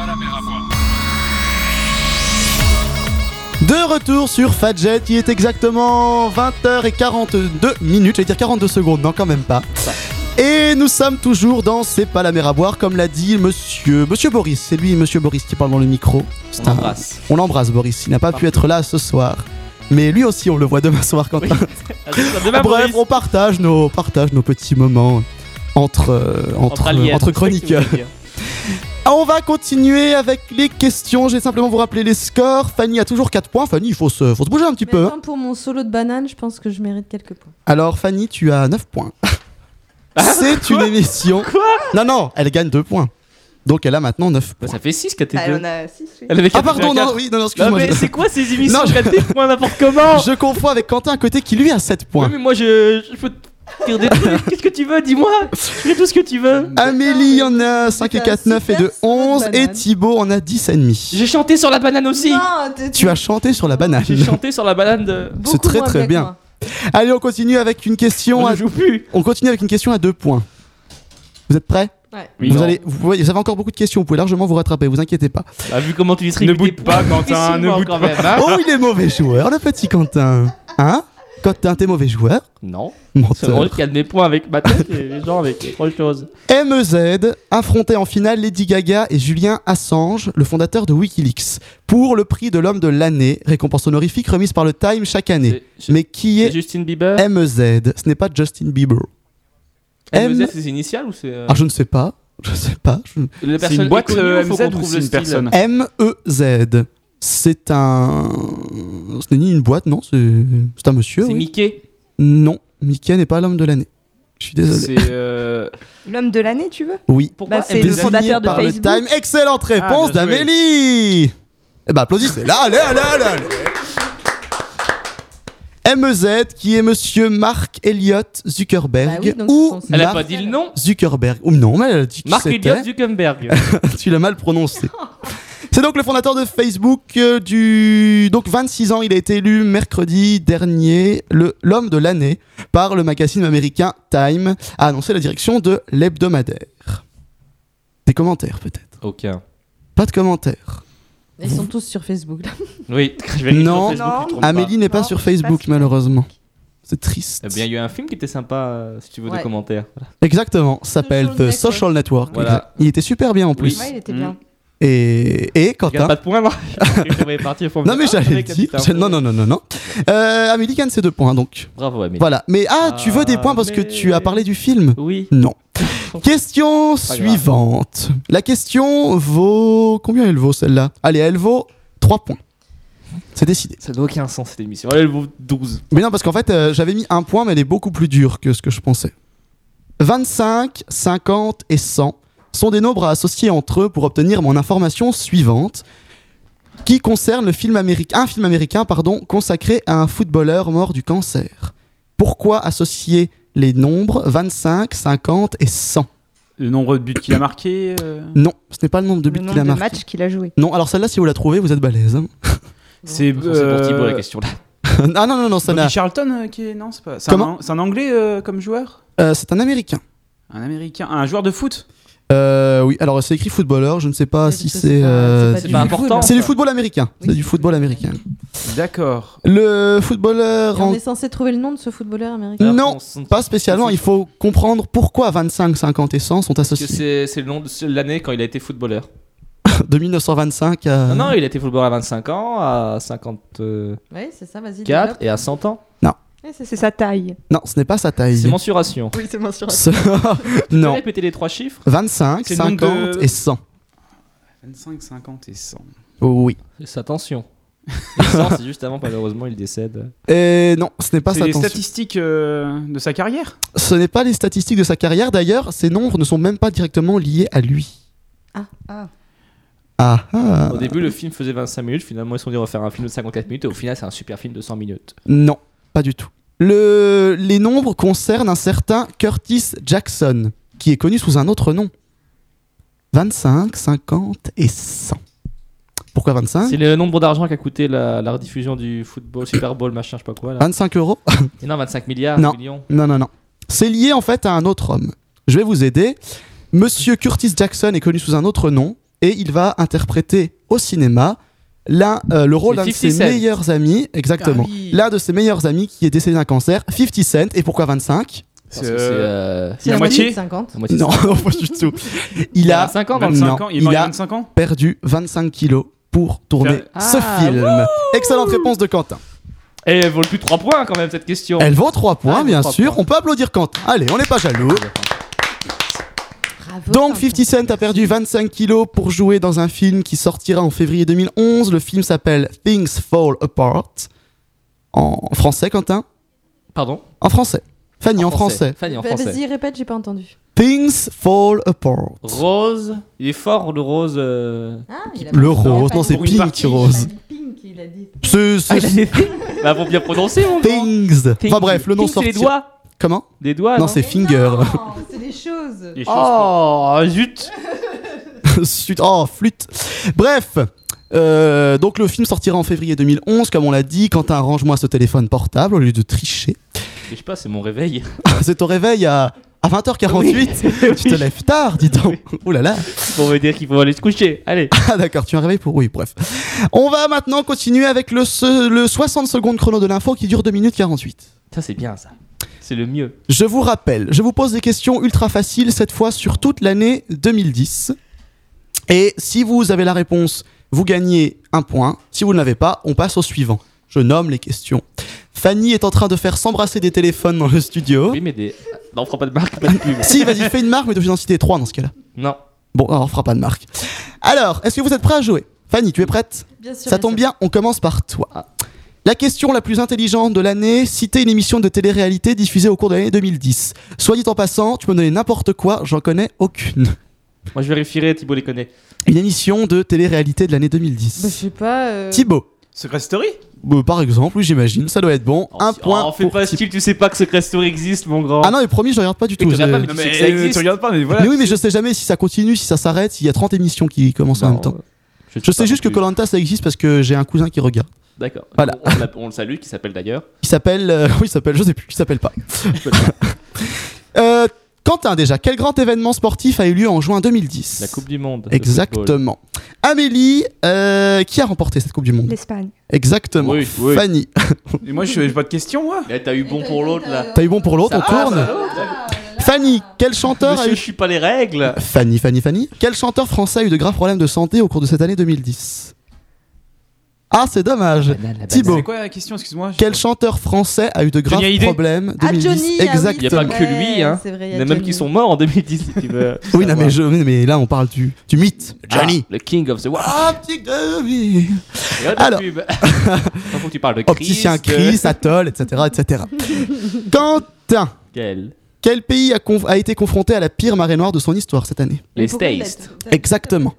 De retour sur Fadjet, il est exactement 20h42 minutes, j'allais dire 42 secondes, non quand même pas. Et nous sommes toujours dans C'est pas la mer à boire, comme l'a dit monsieur, monsieur Boris. C'est lui, monsieur Boris, qui parle dans le micro. C'est On l'embrasse. On l'embrasse, Boris. Il n'a pas pu être là ce soir. Mais lui aussi, on le voit demain soir, Quentin. demain, (laughs) Bref, on partage nos, partage nos petits moments entre, euh, entre, alliés. entre C'est ça chroniqueurs. que vous voulez dire. Ah, On va continuer avec les questions. J'ai simplement vous rappeler les scores. Fanny a toujours 4 points. Fanny, il faut se, faut se bouger un petit peu. hein. Pour mon solo de banane, je pense que je mérite quelques points. Alors, Fanny, tu as 9 points. Ah, (laughs) C'est une émission. non, non, elle gagne 2 points. Donc, elle a maintenant 9 points. Bah, Ça fait 6 qu'elle Bah, Ah, elle en a six, oui. Elle avait Ah, quatre, pardon, elle a non, quatre. oui, non, non, Non, excuse-moi. mais je- c'est quoi (laughs) ces émissions Non, Je des points n'importe comment. Je confonds avec Quentin à côté qui lui a 7 points. Oui, mais moi, je, je peux te dire des trucs. Qu'est-ce que tu veux Dis-moi. Je fais tout ce que tu veux. Amélie, il y en a 5 et 4, 9 et 2, 11. Et Thibaut en a 10 et demi. J'ai chanté sur la banane aussi. Tu as chanté sur la banane. J'ai chanté sur la banane de. C'est très très bien. Allez, on continue avec une question. On ne à... joue plus. On continue avec une question à deux points. Vous êtes prêts Ouais. Oui. vous, Non. allez, vous, voyez, vous avez encore beaucoup de questions, vous pouvez largement vous rattraper, vous inquiétez pas. Ah, vu comment tu distribues. Ne boude pas, Quentin, ne boude quand pas. même. hein. Oh, il est mauvais joueur, le petit Quentin. Hein Quentin, t'es mauvais joueur Non. C'est Menteur. drôle qu'il y a de mes points avec ma tête et les gens avec autre chose. MEZ E affrontait en finale Lady Gaga et Julien Assange, le fondateur de Wikileaks, pour le prix de l'homme de l'année, récompense honorifique remise par le Time chaque année. Mais qui C'est est Justin Bieber. MEZ Ce n'est pas Justin Bieber. M- MZ, E c'est ses initiales ou c'est. euh, Ah, je ne sais pas. Je ne sais pas. je- La C'est personne une boîte, inconnue, euh, faut MZ, qu'on ou trouve c'est le une style. personne M-E-Z. E C'est un. Ce n'est ni une boîte, non, c'est c'est un monsieur. C'est oui. Mickey. Non, Mickey n'est pas l'homme de l'année. Je suis désolé. C'est. euh, L'homme de l'année, tu veux Oui. Pourquoi Bah, c'est le Désigné fondateur de par le Facebook. Time. Excellente Ah, réponse bien joué. d'Amélie Eh ben applaudissez. Là, allez, allez, allez, allez. MEZ, qui est monsieur Mark Elliott Zuckerberg. Bah oui, donc ou son- Elle a Mark pas dit le nom. Zuckerberg. Ou non, mais elle a dit qui Mark c'était. Elliott Zuckerberg. tu l'as mal prononcé. C'est donc le fondateur de Facebook euh, du donc 26 ans, il a été élu mercredi dernier le l'homme de l'année par le magazine américain Time, a annoncé la direction de l'hebdomadaire. Des commentaires peut-être. (laughs) Aucun. Pas de commentaires. Ils sont tous sur Facebook. là. Oui, (laughs) je vais aller sur Non, Facebook, tu te trompes Amélie pas. n'est pas sur Facebook malheureusement. C'est triste. Eh bien, il y a eu un film qui était sympa, euh, si tu veux, Ouais. des commentaires. Exactement, ça s'appelle The Social Network. Voilà. Il était super bien en plus. Ouais, il était bien. Et, et Quentin. Regarde, pas de point là. (laughs) Je devrais partir pour me Non mais dire, ah, j'allais mec, le là, dire. putain. Je- Non non non non non. Euh, Amélie gagne ses deux points donc. Bravo, Amélie. Voilà. Mais ah, tu veux des points parce que tu as parlé du film. Oui. Non. Question grave. suivante. La question vaut combien elle vaut celle-là Allez, elle vaut 3 points. C'est décidé. Ça n'a aucun sens cette émission. Elle vaut 12. Mais non parce qu'en fait euh, j'avais mis un point mais elle est beaucoup plus dure que ce que je pensais. 25, 50 et 100 sont des nombres à associer entre eux pour obtenir mon information suivante qui concerne le film américain, un film américain pardon, consacré à un footballeur mort du cancer. Pourquoi associer les nombres 25, 50 et 100 Le nombre de buts qu'il a marqué. euh, Non, ce n'est pas le nombre de buts nombre qu'il a de marqué. matchs qu'il a joué. Non, alors celle-là, si vous la trouvez, vous êtes balèze. hein. (laughs) C'est toute façon, c'est pour Thibaut, la question, là. ah non, non, non, ça Bobby n'a. Charlton euh, qui est. Non, c'est pas. C'est Comment un, c'est un anglais euh, comme joueur Euh, c'est un américain. Un américain Un joueur de foot Euh, oui, alors c'est écrit footballeur, je ne sais pas Ah, si c'est. euh, c'est pas C'est du pas football, important, C'est du ça. football américain. C'est du football américain. D'accord. Le footballeur Et on en est censé trouver le nom de ce footballeur américain. Non, pas spécialement. Il faut comprendre pourquoi 25, 50 et 100 sont Parce que associés c'est c'est le nom de c'est l'année quand il a été footballeur. de 1925 à. Ah Non, non, il a été footballeur à 25 ans, à 54 Ouais, c'est ça, vas-y. développe. et à 100 ans. Ouais, C'est sa taille. Non, ce n'est pas sa taille. C'est mensuration. Oui, c'est Ce- (laughs) mensuration. Tu peux non. répéter les trois chiffres 25, C'est le nombre 50 de- et 100. 25, 50 et 100. Oh, oui. C'est sa (laughs) tension. Et 100, c'est juste avant, malheureusement, il décède. Et non, ce n'est pas C'est sa les tension. statistiques euh, de sa carrière Ce n'est pas les statistiques de sa carrière. D'ailleurs, ces nombres ne sont même pas directement liés à lui. Ah ah. Au début, le film faisait 25 minutes. Finalement, ils se sont dit on va faire un film de 54 minutes. Et au final, c'est un super film de 100 minutes. Non, pas du tout. Le... Les nombres concernent un certain Curtis Jackson, qui est connu sous un autre nom. 25, 50 et 100. Pourquoi 25 C'est le nombre d'argent qu'a coûté la, la rediffusion du (coughs) football, Super Bowl, machin, je sais pas quoi. Là. 25 euros (laughs) Et Ah. non, 25 milliards, non. millions. non, non, non. C'est lié en fait à un autre homme. Je vais vous aider. Monsieur Curtis Jackson est connu sous un autre nom et il va interpréter au cinéma l'un, euh, le rôle C'est d'un de 50 ses Cent. meilleurs amis, exactement. Ah L'un de ses meilleurs amis qui est décédé d'un cancer, 50 Cent. Et pourquoi 25 Parce que C'est euh, C'est la moitié de 50. La moitié de Non, (laughs) 50. non, pas du tout. Il a 25 ans, 25 ans, il est mort il y a a 25 ans perdu 25 kilos pour tourner Faire- ce Ah, film. Excellente réponse de Quentin. Et Eh, elle vaut le plus 3 points quand même, cette question. Elle vaut 3 points, Ah, elle vaut bien trois Ah, sûr. On peut applaudir Quentin. Allez, on n'est pas jaloux. Donc 50 Cent a perdu 25 kilos pour jouer dans un film qui sortira en février 2011. Le film s'appelle Things Fall Apart. En français, Quentin Pardon En français. Fanny, en, français. Fanny en Bah, français. Vas-y, répète, j'ai pas entendu. Things Fall Apart. Rose, il est fort le rose. euh, qui- Le rose, non, c'est Pour une Pink partie. Rose. Ce- ce- Ah, il (laughs) a dit- Bah, faut bien prononcer, mon gars. Things. Enfin bref, le nom Things, c'est les sortira. doigts. Ah, Comment Des doigts. Non, c'est Finger. (laughs) C'est des choses. Oh, zut (laughs) Suite- Oh, flûte. Bref. euh, donc le film sortira en février 2011, comme on l'a dit. Quentin, range-moi ce téléphone portable au lieu de tricher. Je sais pas, c'est mon réveil. C'est ton réveil à, à 20h48. (laughs) Tu te (laughs) lèves tard, dis donc. Ouh là là. Pour me dire qu'il faut aller se coucher. Allez. Ah d'accord, tu as un réveil pour... Oui, bref. On va maintenant continuer avec le, se- le 60 secondes chrono de l'info qui dure 2 minutes 48. Ça, c'est bien, ça. C'est le mieux. Je vous rappelle, je vous pose des questions ultra faciles cette fois sur toute l'année 2010. Et si vous avez la réponse, vous gagnez un point. Si vous ne l'avez pas, on passe au suivant. Je nomme les questions. Fanny est en train de faire s'embrasser des téléphones dans le studio. Oui, mais des. Non, on fera pas de marque, pas de pub. si, vas-y, fais une marque, mais tu obligé d'en citer 3 dans ce cas-là. Non. Bon, alors on fera pas de marque. Alors, est-ce que vous êtes prêts à jouer Fanny, tu es prête Bien sûr, Ça bien tombe sûr. bien, on commence par toi. La question la plus intelligente de l'année, citer une émission de télé-réalité diffusée au cours de l'année 2010. Soit dit en passant, tu peux me donner n'importe quoi, j'en connais aucune. Moi, je vérifierai, Thibaut les connaît. Une émission de télé-réalité de l'année 2010. je sais pas. euh, Thibaut. Secret Story Bah, Par exemple, oui, j'imagine, ça doit être bon. un point. Oh, fais pas style, tu sais pas que Secret Story existe, mon grand. Ah non, les premiers, je regarde pas du tout. tu regardes je- pas, mais tu sais que ça euh, existe. tu regardes pas, mais (laughs) voilà. Mais oui, mais je sais jamais si ça continue, si ça s'arrête, s'il y a 30 émissions qui commencent en même euh, temps. Je, sais juste que Colanta ça existe parce que j'ai un cousin qui regarde. D'accord. Voilà. On, l'a- on le salue, qui s'appelle d'ailleurs. Qui s'appelle. euh, (laughs) oui, il s'appelle, je sais plus, qui s'appelle pas. (laughs) Euh, Quentin, déjà, quel grand événement sportif a eu lieu en juin 2010 La Coupe du Monde. de Exactement. Amélie, euh, qui a remporté cette Coupe du Monde L'Espagne. Exactement. Oui, oui. Fanny. Et moi, je j'ai pas de question, moi. football. Eh, t'as eu bon pour l'autre là. T'as eu bon pour l'autre, Ça on va, tourne. ça va. Fanny, quel chanteur Monsieur, a eu. je suis pas les règles. Fanny, Fanny, Fanny. Quel chanteur français a eu de graves problèmes de santé au cours de cette année 2010 Ah, c'est dommage. Thibaut, C'est quoi la question, excuse-moi quel chanteur français a eu de graves Johnny Hallyday problèmes Ah, 2010 Johnny, ah oui, Il n'y a pas Exactement. que lui, hein. c'est Il vrai, y il y a en a même Johnny. qui sont morts en 2010, si tu veux. (laughs) Oui, non, mais, je, oui, mais là, on parle du, du mythe. Johnny. Ah, le King of the World. Ah, petit Gummy. Regarde Alors. (laughs) la pub. Faut que tu parles de Chris. euh, Opticien de- Chris, Atoll, etc. etc. Quentin, Quel quel pays a, conf- a été confronté à la pire marée noire de son histoire cette année Les Pourquoi il a- States. Exactement.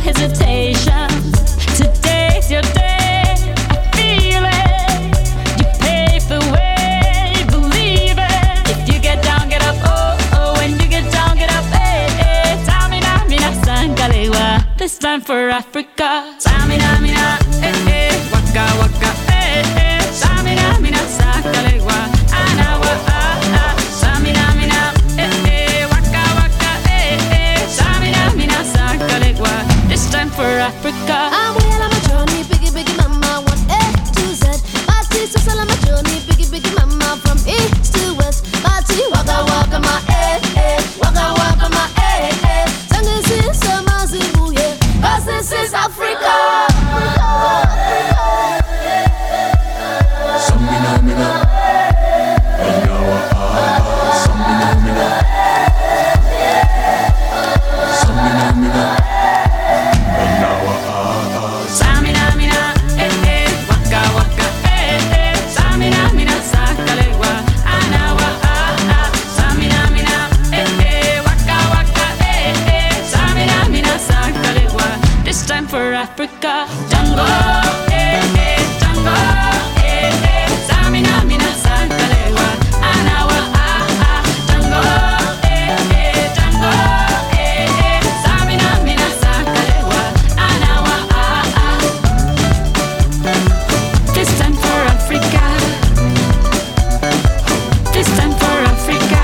hesitation. Today's your day. I feel it. You pave the way. Believe it. If you get down, get up. Oh, oh. When you get down, get up. eh, Hey, hey. Tamina, mina, sangalewa. This time for Africa. Tamina, mina. Eh, eh. Waka, waka. Eh, eh. Tamina, mina, sangalewa. Anawa, ah, ah. Tamina, mina. Eh, eh. Waka, waka. Eh, eh. Tamina, mina, sangalewa. This time for Africa. I'm well on my journey, biggie biggie mama, one A to Z. Party to sell on my journey, biggie biggie mama, from east to west. Party waka waka my eh eh, waka waka my eh eh. Tango si sama zimbuye, 'cause this is Africa. Samina, mina, eh, eh, waka, waka, eh, eh. Samina, mina, sakalewa, anawa, ah, ah. Samina, mina, eh, eh, waka, waka, eh, eh. Samina, mina, sakalewa. This time for Africa, Django, eh, eh, Django, eh, eh. Samina, mina, sakalewa, anawa, ah, ah. Django, eh, eh, Django, eh, eh. Samina, mina, sakalewa, anawa, ah, ah. This time for Africa. This time for Africa.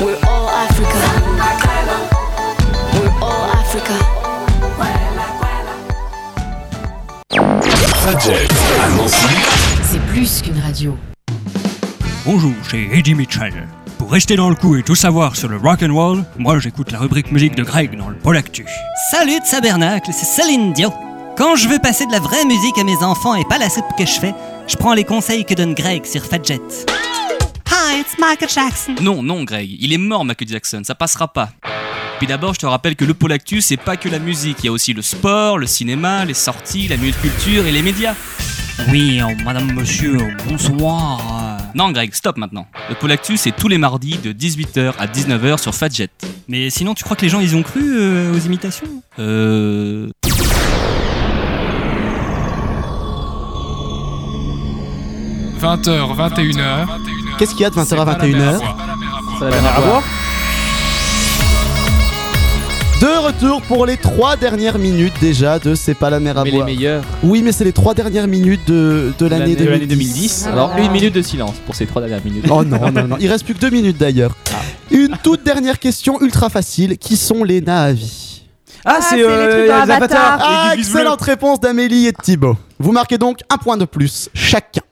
We're all Africa. We're all Africa. Trajet à Nancy. C'est plus qu'une radio. Bonjour, c'est Eddie Mitchell. Pour rester dans le coup et tout savoir sur le rock and roll, moi j'écoute la rubrique musique de Greg dans le Pôle Actu. Salut de Sabernacle, c'est Céline Dion. Quand je veux passer de la vraie musique à mes enfants et pas la soupe que je fais, je prends les conseils que donne Greg sur Fadjet. Hi, it's Michael Jackson. Non, non, Greg, il est mort, Michael Jackson, ça passera pas. Puis d'abord, je te rappelle que le pôle actu, c'est pas que la musique, il y a aussi le sport, le cinéma, les sorties, la minute culture et les médias. Oui, oh, madame, monsieur, oh, bonsoir. Non, Greg, stop maintenant. Le pôle actu, c'est tous les mardis de 18h à 19h sur Fadjet. Mais sinon, tu crois que les gens, ils ont cru euh, aux imitations Euh. h 21h. Qu'est-ce qu'il y a de 20h à 21h Ça a Ah l'air à boire. De retour pour les trois dernières minutes déjà de C'est pas la mer à Mais les boire. meilleures. Oui, mais c'est les trois dernières minutes de, de l'année 2010. Alors, une minute de silence pour ces trois dernières minutes. Ah Oh non, non, non. Il reste plus que deux minutes d'ailleurs. Ah. Une toute dernière question ultra facile. Qui sont les Nahavi Ah, c'est, c'est euh, les trucs dans les Avatar. Avatar. Ah, Les gugus bleus. excellente réponse d'Amélie et de Thibaut. Vous marquez donc un point de plus chacun.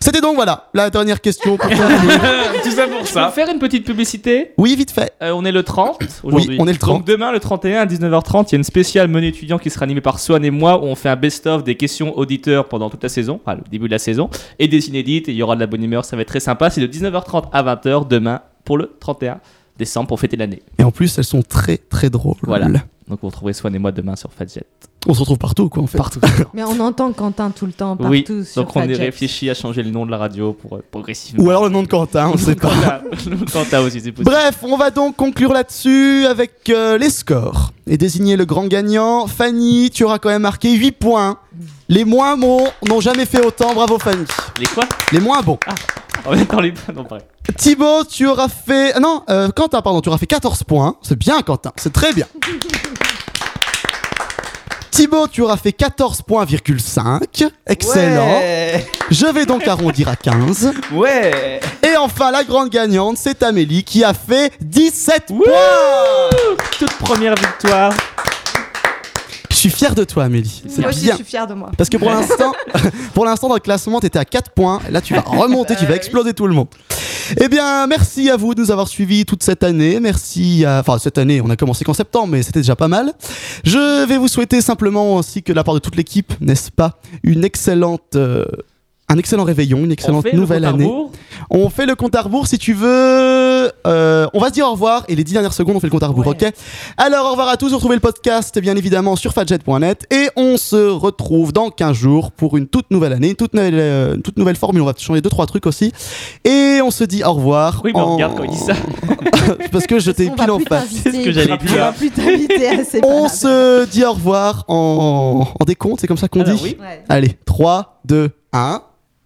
C'était donc voilà la dernière question. (laughs) pour terminer. Euh, Tout ça pour ça. faire une petite publicité Euh, Oui, vite fait. on est le 30 aujourd'hui. on est le 30. Donc demain, le 31 à 19h30, il y a une spéciale menu étudiant qui sera animée par Swan et moi où on fait un best-of des questions auditeurs pendant toute la saison, enfin le début de la saison, et des inédites. Et il y aura de la bonne humeur, ça va être très sympa. C'est de 19h30 à 20h demain pour le 31 décembre pour fêter l'année. Et en plus, elles sont très très drôles. Voilà. Donc vous retrouverez Swan et moi demain sur Fadjet. On se retrouve partout quoi en fait. Partout. Mais on entend Quentin tout le temps, partout oui, sur donc on est Fadjet. réfléchi à changer le nom de la radio pour euh, (laughs) progressivement. Ou alors le nom de Quentin, on sait pas. Quant à (laughs) aussi, c'est (laughs) possible. Bref, on va donc conclure là-dessus avec euh, les scores et désigner le grand gagnant. Fanny, tu auras quand même marqué 8 points. Les moins bons n'ont jamais fait autant. Bravo Fanny. Les quoi Les moins bons. En même temps, les non, bref. Thibaut, tu auras fait... ah Non, euh, Quentin, pardon, tu auras fait 14 points. C'est bien Quentin, c'est très bien. Thibaut, tu auras fait 14 points,5. Excellent. Ouais. Je vais donc arrondir à 15. Ouais. Et enfin, la grande gagnante, c'est Amélie qui a fait 17 points. Toute première victoire. Je suis fier de toi, Amélie. C'est Moi bien. aussi, je suis fière de moi. Parce que pour l'instant, (laughs) pour l'instant dans le classement, t'étais à 4 points. (laughs) Là, tu vas remonter, tu vas exploser tout le monde. Eh bien, merci à vous de nous avoir suivis toute cette année. Merci à, enfin, cette année, on a commencé qu'en septembre, mais c'était déjà pas mal. Je vais vous souhaiter simplement, ainsi que de la part de toute l'équipe, n'est-ce pas, une excellente, euh, un excellent réveillon, une excellente fait le nouvelle compte à année. rebours On fait le compte à rebours si tu veux. Euh, on va se dire au revoir et les 10 dernières secondes, on fait le compte à rebours, ok Alors au revoir à tous. Vous retrouvez le podcast bien évidemment sur fatjet.net et on se retrouve dans 15 jours pour une toute nouvelle année, une toute nouvelle, euh, une toute nouvelle formule. On va changer deux trois trucs aussi et on se dit au revoir. Oui, mais en- regarde quand il dit ça. (laughs) parce que je t'ai On va pile en plus face. t'inviter. On va dire. plus t'inviter à ces On se dit au revoir en, en décompte, c'est comme ça qu'on dit Allez, 3, 2, 1,